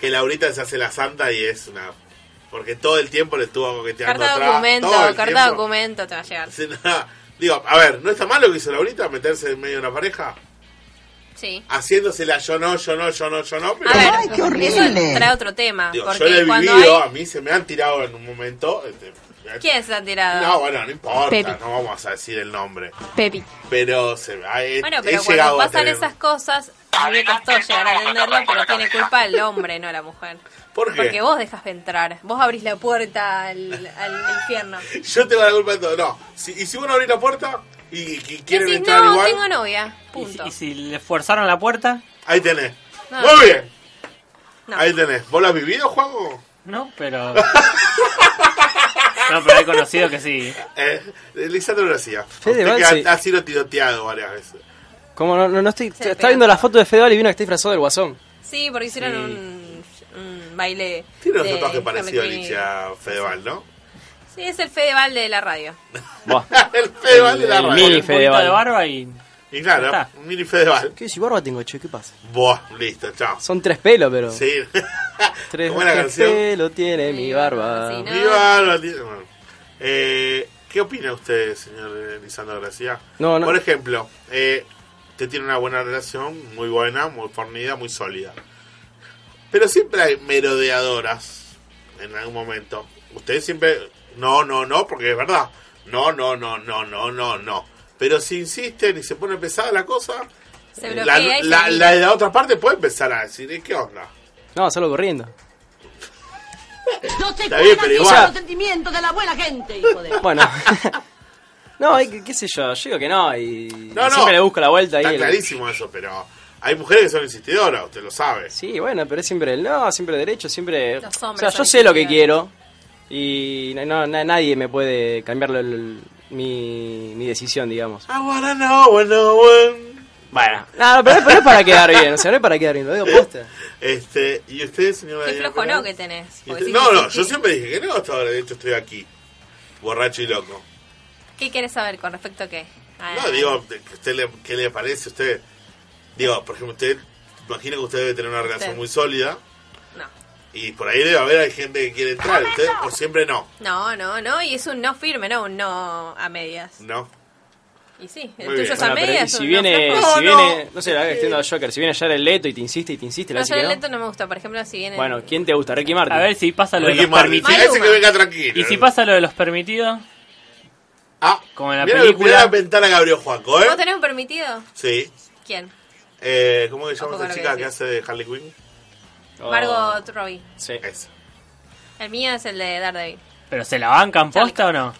[SPEAKER 4] que Laurita se hace la santa y es una... Porque todo el tiempo le estuvo coqueteando
[SPEAKER 6] Carta
[SPEAKER 4] atrás,
[SPEAKER 6] documento,
[SPEAKER 4] todo el
[SPEAKER 6] carta
[SPEAKER 4] tiempo.
[SPEAKER 6] documento te va a llegar.
[SPEAKER 4] Sí, nada. Digo, a ver, ¿no está mal lo que hizo Laurita? Meterse en medio de una pareja.
[SPEAKER 6] Sí.
[SPEAKER 4] Haciéndosela yo no, yo no, yo no, yo no. Pero
[SPEAKER 6] A ver,
[SPEAKER 8] qué horrible!
[SPEAKER 6] eso trae otro tema.
[SPEAKER 4] digo, yo
[SPEAKER 6] porque
[SPEAKER 4] lo he
[SPEAKER 6] cuando
[SPEAKER 4] vivido, a
[SPEAKER 6] hay...
[SPEAKER 4] mí se me han tirado en un momento. este,
[SPEAKER 6] ¿Quién se ha tirado?
[SPEAKER 4] No, bueno, no importa,
[SPEAKER 3] Pepe.
[SPEAKER 4] no vamos a decir el nombre.
[SPEAKER 3] Pepi.
[SPEAKER 4] Pero se me ha he-
[SPEAKER 6] Bueno,
[SPEAKER 4] he
[SPEAKER 6] pero
[SPEAKER 4] llegado
[SPEAKER 6] cuando
[SPEAKER 4] a
[SPEAKER 6] pasan
[SPEAKER 4] tener-
[SPEAKER 6] esas cosas, a mí me costó llegar a entenderlo, pero tiene culpa el hombre, no la mujer.
[SPEAKER 4] ¿Por qué?
[SPEAKER 6] Porque vos dejas de entrar, vos abrís la puerta al, al infierno.
[SPEAKER 4] Yo tengo la culpa de todo. No, si, y si uno abre la puerta y, y quieren
[SPEAKER 6] Decís,
[SPEAKER 4] entrar
[SPEAKER 6] no,
[SPEAKER 4] igual,
[SPEAKER 6] tengo novia,
[SPEAKER 5] Y si,
[SPEAKER 6] punto.
[SPEAKER 5] y si le forzaron la puerta,
[SPEAKER 4] ahí tenés.
[SPEAKER 6] No.
[SPEAKER 4] Muy bien,
[SPEAKER 6] No.
[SPEAKER 4] ahí tenés. ¿Vos lo has vivido, Juanjo?
[SPEAKER 5] no, pero. No, pero he conocido que sí.
[SPEAKER 4] Eh, Lisandro lo hacía.
[SPEAKER 7] Fede
[SPEAKER 4] Usted que
[SPEAKER 7] Valls, sí.
[SPEAKER 4] ha, ha sido tiroteado varias veces.
[SPEAKER 7] ¿Cómo no? No, no estoy.
[SPEAKER 6] Se
[SPEAKER 7] Estaba viendo
[SPEAKER 6] pega.
[SPEAKER 7] la foto de Fedeval y vino que está disfrazado del guasón.
[SPEAKER 6] Sí, porque hicieron
[SPEAKER 5] Sí.
[SPEAKER 6] un, un baile.
[SPEAKER 4] Tiene un
[SPEAKER 6] de
[SPEAKER 4] tatuaje parecido a
[SPEAKER 6] Harley
[SPEAKER 4] Nietzsche
[SPEAKER 6] Quinn.
[SPEAKER 4] a Fedeval, ¿no?
[SPEAKER 6] Sí, es el Fedeval de la radio.
[SPEAKER 7] Buah.
[SPEAKER 4] el Fedeval de la
[SPEAKER 7] El
[SPEAKER 4] radio.
[SPEAKER 7] mini. Fede
[SPEAKER 5] Punta
[SPEAKER 7] Val.
[SPEAKER 5] de barba y.
[SPEAKER 4] Y claro,
[SPEAKER 5] Está.
[SPEAKER 4] un mini Fedeval.
[SPEAKER 7] ¿Qué si barba tengo, che? ¿Qué pasa?
[SPEAKER 4] Buah, listo, chao.
[SPEAKER 7] Son tres pelos, pero.
[SPEAKER 4] Sí.
[SPEAKER 7] Tres,
[SPEAKER 4] Buena
[SPEAKER 7] tres
[SPEAKER 4] canción.
[SPEAKER 7] pelos tiene mi barba.
[SPEAKER 6] Sí, no.
[SPEAKER 4] Viva la ti- bueno. Eh, ¿Qué opina usted, señor eh, Lisandro Gracia?
[SPEAKER 7] No, no.
[SPEAKER 4] Por ejemplo, eh, usted tiene una buena relación, muy buena, muy fornida, muy sólida. Pero siempre hay merodeadoras en algún momento. Usted siempre, no, no, no, porque es verdad. No, no, no, no, no, no, no. Pero si insisten y se pone pesada la cosa,
[SPEAKER 6] Se
[SPEAKER 4] la,
[SPEAKER 6] bloquea y se
[SPEAKER 4] la-
[SPEAKER 6] mira.
[SPEAKER 4] la de la otra parte puede empezar a decir, ¿y ¿qué onda?
[SPEAKER 7] No, salgo corriendo.
[SPEAKER 9] No te
[SPEAKER 4] Está bien,
[SPEAKER 9] cuidas
[SPEAKER 4] pero
[SPEAKER 9] de
[SPEAKER 4] igual.
[SPEAKER 9] los sentimientos de la buena gente, hijo de...
[SPEAKER 7] Bueno. no, hay que- qué sé yo. Yo digo que no y.
[SPEAKER 4] No,
[SPEAKER 7] y
[SPEAKER 4] no.
[SPEAKER 7] Siempre le busco la vuelta ahí.
[SPEAKER 4] Está
[SPEAKER 7] el-
[SPEAKER 4] clarísimo eso, pero hay mujeres que son insistidoras, usted lo sabe.
[SPEAKER 7] Sí, bueno, pero es siempre el no, siempre el derecho, siempre.
[SPEAKER 6] Los
[SPEAKER 7] O
[SPEAKER 6] hombres
[SPEAKER 7] sea,
[SPEAKER 6] son
[SPEAKER 7] yo sé lo que
[SPEAKER 6] inferiores.
[SPEAKER 7] quiero y no, na- nadie me puede cambiar lo- lo- mi, mi decisión, digamos.
[SPEAKER 4] I wanna know when Ah, no one-
[SPEAKER 7] Bueno, no, pero, pero es para quedar bien, o sea, no es para quedar bien, lo digo posta.
[SPEAKER 4] Este, ¿y usted, señora?
[SPEAKER 6] Qué
[SPEAKER 4] Daniela
[SPEAKER 6] flojo
[SPEAKER 4] Peral?
[SPEAKER 6] no que tenés.
[SPEAKER 4] ¿Y
[SPEAKER 6] porque
[SPEAKER 4] usted-
[SPEAKER 6] sí,
[SPEAKER 4] No,
[SPEAKER 6] sí,
[SPEAKER 4] no,
[SPEAKER 6] sí.
[SPEAKER 4] yo siempre dije que no, hasta ahora, de hecho estoy aquí, borracho y loco.
[SPEAKER 6] ¿Qué quieres saber con respecto a qué? A-
[SPEAKER 4] No, digo, de- que usted le- ¿qué le parece a usted? Digo, por ejemplo, usted, imagino que usted debe tener una relación
[SPEAKER 6] Sí.
[SPEAKER 4] muy sólida
[SPEAKER 6] No.
[SPEAKER 4] y por ahí debe haber hay gente que quiere entrar, usted, o siempre no,
[SPEAKER 6] No, no, no, y es un no firme, no un no a medias.
[SPEAKER 4] ¿no?
[SPEAKER 6] Y sí,
[SPEAKER 4] Muy
[SPEAKER 6] el tuyo
[SPEAKER 4] bien.
[SPEAKER 6] es a
[SPEAKER 7] Bueno, pero y
[SPEAKER 6] medias.
[SPEAKER 7] si
[SPEAKER 6] un
[SPEAKER 7] viene,
[SPEAKER 6] no,
[SPEAKER 4] flojo.
[SPEAKER 7] si
[SPEAKER 4] No, no.
[SPEAKER 7] viene, no sé, la extiendo a Joker, si viene ya el Leto y te insiste y te insiste, y le
[SPEAKER 6] no,
[SPEAKER 7] decís
[SPEAKER 6] yo
[SPEAKER 7] que
[SPEAKER 6] el
[SPEAKER 7] no.
[SPEAKER 6] Leto no me gusta, por ejemplo, si viene.
[SPEAKER 7] Bueno, ¿quién te gusta? Ricky Martin.
[SPEAKER 5] A ver si pasa lo de
[SPEAKER 4] Ricky
[SPEAKER 5] los
[SPEAKER 4] Martin,
[SPEAKER 5] permitidos.
[SPEAKER 4] sí, ese que venga tranquilo.
[SPEAKER 5] Y si pasa lo de los permitidos,
[SPEAKER 4] Ah,
[SPEAKER 5] como en la
[SPEAKER 4] mirá lo que-
[SPEAKER 5] película.
[SPEAKER 4] mirá la ventana Gabriel Juaco,
[SPEAKER 6] ¿Vos
[SPEAKER 4] ¿eh?
[SPEAKER 6] tenés un permitido?
[SPEAKER 4] Sí.
[SPEAKER 6] ¿Quién?
[SPEAKER 4] Eh, ¿Cómo se llama
[SPEAKER 6] Tampoco
[SPEAKER 4] esa
[SPEAKER 6] lo
[SPEAKER 4] chica
[SPEAKER 6] voy
[SPEAKER 4] que
[SPEAKER 6] a
[SPEAKER 4] hace de Harley Quinn?
[SPEAKER 7] Oh,
[SPEAKER 6] Margot Robbie.
[SPEAKER 7] Sí.
[SPEAKER 5] Eh,
[SPEAKER 4] Esa.
[SPEAKER 6] El mío es el de Daredevil.
[SPEAKER 5] ¿Pero se la bancan posta o no?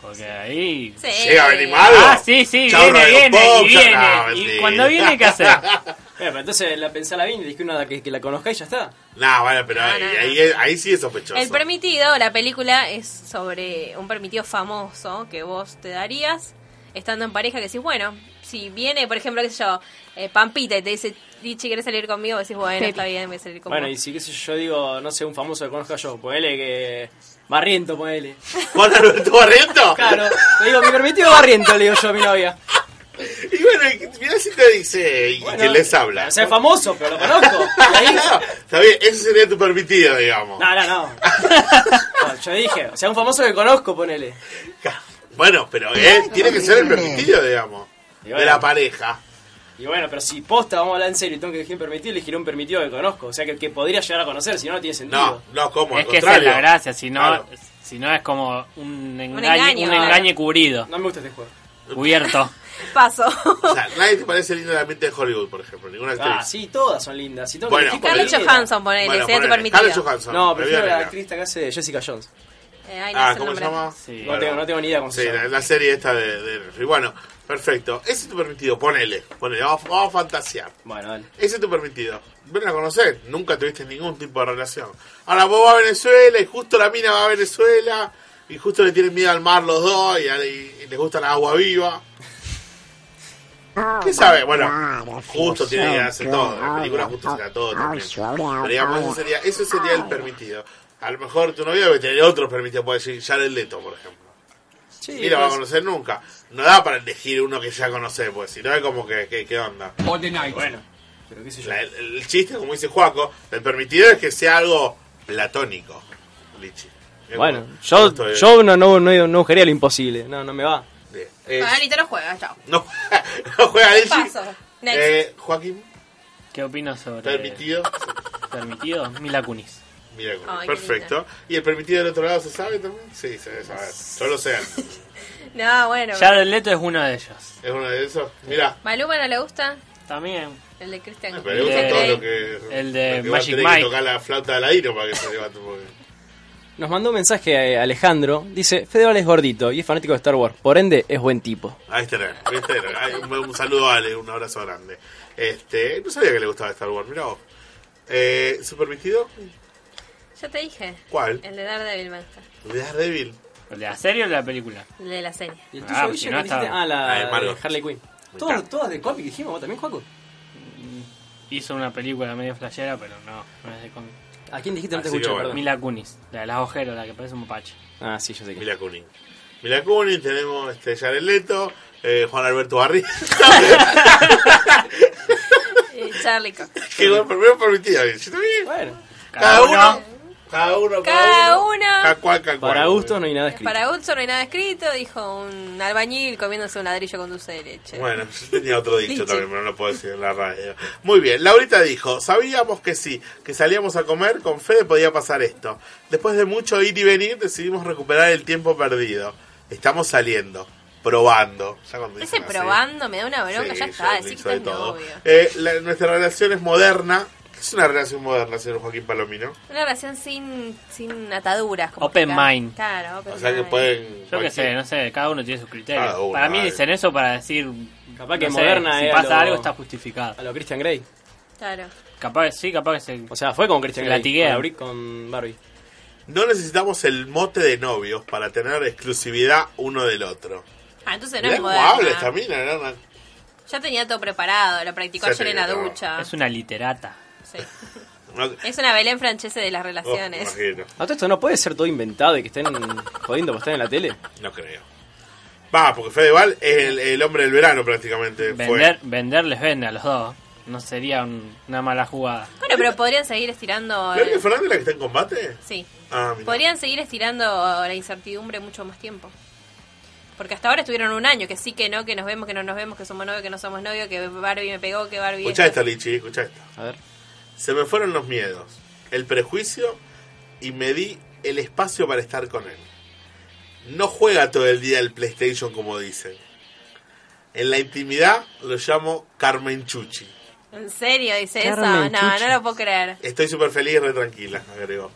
[SPEAKER 5] Porque ahí.
[SPEAKER 6] Sí.
[SPEAKER 4] Llega a venir malo.
[SPEAKER 5] Ah, sí, sí,
[SPEAKER 4] Chau,
[SPEAKER 5] viene,
[SPEAKER 4] Radio
[SPEAKER 5] viene,
[SPEAKER 4] Pop,
[SPEAKER 5] y
[SPEAKER 4] chau,
[SPEAKER 5] viene.
[SPEAKER 4] no,
[SPEAKER 5] y
[SPEAKER 4] mentira.
[SPEAKER 5] cuando viene, ¿qué hace?
[SPEAKER 7] Bueno, pero entonces la pensala bien y dije una que, que la conozca y ya está.
[SPEAKER 4] No, bueno, pero
[SPEAKER 6] No,
[SPEAKER 4] ahí,
[SPEAKER 6] no, no.
[SPEAKER 4] ahí, es- ahí sí es sospechoso.
[SPEAKER 6] El permitido, la película es sobre un permitido famoso que vos te darías estando en pareja que decís, bueno, si viene, por ejemplo, qué sé yo, eh, Pampita y te dice, Lichi, ¿quieres salir conmigo? Decís, bueno,
[SPEAKER 3] Pepe.
[SPEAKER 6] está bien, voy a salir conmigo.
[SPEAKER 7] Bueno, y si qué sé yo digo, no sé, un famoso que conozca yo, ponele que. Barriento, ponele.
[SPEAKER 4] ¿Con Alberto Barriento?
[SPEAKER 7] Claro, le digo, mi permitido Barriento, le digo yo a mi novia.
[SPEAKER 4] Y bueno, y mirá si te dice y
[SPEAKER 7] Bueno,
[SPEAKER 4] que les habla.
[SPEAKER 7] O sea, es famoso, pero lo conozco. Y ahí-
[SPEAKER 4] Está bien, ese sería tu permitido, digamos.
[SPEAKER 7] No, no, no. No, Yo dije, o sea, un famoso que conozco, ponele.
[SPEAKER 4] Bueno, pero él tiene que ser el permitido, digamos.
[SPEAKER 7] Y
[SPEAKER 4] De
[SPEAKER 7] bueno.
[SPEAKER 4] la pareja.
[SPEAKER 7] Y bueno, pero si posta, vamos a hablar en serio, y tengo que elegir un permitido, elegiré un permitido que conozco. O sea, que, que podría llegar a conocer, si no, no tiene sentido.
[SPEAKER 4] No, no, ¿cómo?
[SPEAKER 5] es
[SPEAKER 4] Al
[SPEAKER 5] que esa es
[SPEAKER 4] contrario.
[SPEAKER 5] la gracia, si no,
[SPEAKER 4] Claro.
[SPEAKER 5] si no es como un engaño, un
[SPEAKER 6] engaño,
[SPEAKER 5] engaño,
[SPEAKER 6] claro.
[SPEAKER 5] cubrido,
[SPEAKER 7] No me gusta este juego.
[SPEAKER 5] cubierto.
[SPEAKER 6] paso.
[SPEAKER 4] O sea, nadie te parece lindo en el ambiente de Hollywood, por ejemplo. Ninguna actriz.
[SPEAKER 7] Ah, sí, todas son lindas. Si tengo
[SPEAKER 4] Bueno,
[SPEAKER 7] que elegir
[SPEAKER 4] Carlos
[SPEAKER 6] Carlos
[SPEAKER 7] cualquiera.
[SPEAKER 6] Johansson, ponele,
[SPEAKER 4] Bueno,
[SPEAKER 6] sería tu
[SPEAKER 4] ponele,
[SPEAKER 6] permitido.
[SPEAKER 4] Carlos Johansson.
[SPEAKER 7] No,
[SPEAKER 4] la vida
[SPEAKER 7] prefiero la
[SPEAKER 4] negra.
[SPEAKER 7] actriz que hace Jessica Jones.
[SPEAKER 6] Eh, ay, no
[SPEAKER 4] Ah,
[SPEAKER 6] sé el
[SPEAKER 4] ¿cómo se
[SPEAKER 6] nombre.
[SPEAKER 4] llama?
[SPEAKER 5] Sí.
[SPEAKER 7] No,
[SPEAKER 4] Bueno.
[SPEAKER 7] tengo, no tengo ni idea cómo se
[SPEAKER 4] Sí, la,
[SPEAKER 7] llama.
[SPEAKER 4] la serie esta de, de- y Bueno, Perfecto. Ese es tu permitido, ponele. ponele vamos, vamos a fantasear.
[SPEAKER 7] Bueno, dale.
[SPEAKER 4] Ese es tu permitido. Ven a conocer, nunca tuviste ningún tipo de relación. Ahora vos vas a Venezuela y justo la mina va a Venezuela y justo le tienen miedo al mar los dos y, a- y- y les gusta la agua viva. ¿Qué sabe? Bueno, justo tiene que hacer todo. La película justo será todo también. Pero digamos, eso sería, eso sería el permitido. A lo mejor tu novia debe tener otro permitido, puede decir el Leto, por ejemplo.
[SPEAKER 7] Sí,
[SPEAKER 4] Ni la va a
[SPEAKER 7] pues,
[SPEAKER 4] conocer nunca. No da para elegir uno que ya conoce, pues si no es como que, que- ¿qué onda?
[SPEAKER 7] bueno. Pero qué sé yo.
[SPEAKER 4] La- el, el chiste, como dice Juaco, el permitido es que sea algo platónico, Lichi. Bien,
[SPEAKER 7] Bueno,
[SPEAKER 4] como- como
[SPEAKER 7] yo,
[SPEAKER 4] estoy-
[SPEAKER 7] yo no, no, no, no buscaría lo imposible. No, no me va.
[SPEAKER 4] Bien. Eh,
[SPEAKER 6] Dani, te lo juegas, chao.
[SPEAKER 4] no, no juega Lichi.
[SPEAKER 6] Paso. Next.
[SPEAKER 4] Eh, Joaquín,
[SPEAKER 5] ¿Qué opinas sobre
[SPEAKER 4] permitido.
[SPEAKER 5] permitido? Mila Kunis.
[SPEAKER 4] Mira, como-
[SPEAKER 6] Ay, qué
[SPEAKER 4] perfecto. ¿Y el permitido del otro lado se sabe también? Sí, se debe saber. Yo lo sé. ¿Es
[SPEAKER 6] No, bueno.
[SPEAKER 5] Jared Leto es uno de ellos.
[SPEAKER 4] uno de esos? Mira,
[SPEAKER 6] Maluma no le gusta
[SPEAKER 5] También.
[SPEAKER 6] el de Christian.
[SPEAKER 4] me gusta
[SPEAKER 5] de-
[SPEAKER 4] todo lo
[SPEAKER 6] Grey.
[SPEAKER 4] que.
[SPEAKER 5] el de
[SPEAKER 4] lo que va a
[SPEAKER 5] Magic
[SPEAKER 4] tener que
[SPEAKER 5] Mike.
[SPEAKER 4] tocar la flauta del aire para que se levante un poco.
[SPEAKER 7] Nos mandó un mensaje a Alejandro. Dice, Fedeval es gordito y es fanático de Star Wars. Por ende, es buen tipo.
[SPEAKER 5] Ah,
[SPEAKER 4] Ahí está, ahí está. Ay, un, un saludo a Ale, un abrazo grande. Este, no sabía que le gustaba Star Wars, mirá vos. Eh, ¿Super vestido?
[SPEAKER 6] Ya te dije.
[SPEAKER 4] ¿Cuál?
[SPEAKER 6] El de Daredevil me gusta.
[SPEAKER 4] ¿De Daredevil?
[SPEAKER 5] ¿El ¿De la serie o la película?
[SPEAKER 6] El de la serie.
[SPEAKER 7] ¿Y el
[SPEAKER 5] tuyo, Ah, Guille, si no que está- dijiste?
[SPEAKER 7] Ah, la
[SPEAKER 4] Ah, de Margot.
[SPEAKER 7] de Harley Quinn. Todos, todos de cómic dijimos, vos también, Juaco.
[SPEAKER 5] Hizo una película medio flashera, pero no, no es de cómic.
[SPEAKER 7] ¿A Ah, quién dijiste no te
[SPEAKER 4] Así que
[SPEAKER 7] escuché,
[SPEAKER 4] Ah, bueno.
[SPEAKER 7] perdón?
[SPEAKER 5] Mila Kunis, la de las ojeras, la que parece un mapache.
[SPEAKER 7] Ah, sí, yo sé que.
[SPEAKER 4] Mila Kunin. Mila Kunin, tenemos este, Jared Leto, eh, Juan Alberto Barri.
[SPEAKER 6] Y Charlie Cox.
[SPEAKER 4] que bueno, primero permitido. bien, ¿sí está bien?
[SPEAKER 7] Bueno,
[SPEAKER 4] Cada
[SPEAKER 5] Cada
[SPEAKER 4] uno.
[SPEAKER 5] uno.
[SPEAKER 4] Cada uno.
[SPEAKER 6] Cada uno.
[SPEAKER 4] Cada cual, cada cual.
[SPEAKER 7] para gustos no hay nada escrito.
[SPEAKER 6] Para Hudson no hay nada escrito, dijo un albañil comiéndose un ladrillo con dulce de leche.
[SPEAKER 4] Bueno, yo tenía otro dicho
[SPEAKER 6] Dicho.
[SPEAKER 4] también, pero no lo puedo decir en la radio. Muy bien, Laurita dijo, sabíamos que sí, que salíamos a comer, con Fede podía pasar esto. Después de mucho ir y venir, decidimos recuperar el tiempo perdido. Estamos saliendo, probando. Ya cuando
[SPEAKER 6] Ese
[SPEAKER 4] dicen así.
[SPEAKER 6] probando me da una bronca,
[SPEAKER 4] Sí,
[SPEAKER 6] ya está,
[SPEAKER 4] yo
[SPEAKER 6] decir que
[SPEAKER 4] hizo de
[SPEAKER 6] estás
[SPEAKER 4] todo.
[SPEAKER 6] novio.
[SPEAKER 4] Eh, la- nuestra relación es moderna. ¿Qué es una relación moderna, señor Joaquín Palomino?
[SPEAKER 6] Una relación sin, sin ataduras. Como
[SPEAKER 5] Open
[SPEAKER 6] que cada-
[SPEAKER 5] mind.
[SPEAKER 6] Claro, open
[SPEAKER 4] O sea que
[SPEAKER 6] mind.
[SPEAKER 4] pueden...
[SPEAKER 5] Yo qué sé,
[SPEAKER 4] cualquier-
[SPEAKER 5] no sé, cada uno tiene sus criterios.
[SPEAKER 4] Cada uno,
[SPEAKER 5] para mí
[SPEAKER 4] dale.
[SPEAKER 5] dicen eso para decir.
[SPEAKER 7] Capaz que
[SPEAKER 5] no
[SPEAKER 7] moderna
[SPEAKER 5] Si
[SPEAKER 7] es
[SPEAKER 5] pasa
[SPEAKER 7] a lo-
[SPEAKER 5] algo está
[SPEAKER 7] A
[SPEAKER 5] justificado.
[SPEAKER 7] lo Christian Grey.
[SPEAKER 6] Claro.
[SPEAKER 5] Capaz que sí, capaz que se.
[SPEAKER 7] O sea, fue con Christian
[SPEAKER 5] Se
[SPEAKER 7] Grey.
[SPEAKER 5] latiguea.
[SPEAKER 7] Con, la Bri- con Barbie.
[SPEAKER 4] No necesitamos el mote de novios para tener exclusividad uno del otro.
[SPEAKER 6] Ah, entonces no
[SPEAKER 4] Mirá
[SPEAKER 6] es
[SPEAKER 4] cómo
[SPEAKER 6] moderna.
[SPEAKER 4] habla esta mina, era una-
[SPEAKER 6] Ya tenía todo preparado, lo practicó
[SPEAKER 4] Ya
[SPEAKER 6] ayer en la
[SPEAKER 4] tenía todo.
[SPEAKER 6] ducha.
[SPEAKER 5] Es una literata.
[SPEAKER 6] Sí.
[SPEAKER 4] una-
[SPEAKER 6] Es una Belén francesa de las
[SPEAKER 4] Oh,
[SPEAKER 6] relaciones.
[SPEAKER 4] imagino.
[SPEAKER 7] A todo esto no puede ser todo inventado y que estén jodiendo por estar en la tele.
[SPEAKER 4] No creo. Va, porque Fedeval es el, el hombre del verano prácticamente.
[SPEAKER 5] Vender, vender les vende a los dos. No sería un- una mala jugada.
[SPEAKER 6] bueno, pero podrían seguir estirando.
[SPEAKER 4] Fue.
[SPEAKER 6] el-
[SPEAKER 4] ¿Gloria Fernández la que está en combate?
[SPEAKER 6] Sí.
[SPEAKER 4] Ah, mira.
[SPEAKER 6] Podrían seguir estirando la incertidumbre mucho más tiempo. Porque hasta ahora estuvieron un año, que sí, que no, que nos vemos, que no nos vemos, que somos novios, que no somos novios, que Barbie me pegó, que Barbie...
[SPEAKER 4] Escuchá
[SPEAKER 6] esto.
[SPEAKER 4] esta, Lichi, escuchá esta.
[SPEAKER 7] A ver.
[SPEAKER 4] Se me fueron los miedos, el prejuicio y me di el espacio para estar con él. No juega todo el día el PlayStation como dicen. En la intimidad lo llamo Carmen Chuchi.
[SPEAKER 6] ¿En serio dice
[SPEAKER 7] Carmen
[SPEAKER 6] eso? No,
[SPEAKER 7] Chuchi.
[SPEAKER 6] no lo puedo creer.
[SPEAKER 4] Estoy súper feliz y re tranquila, agregó.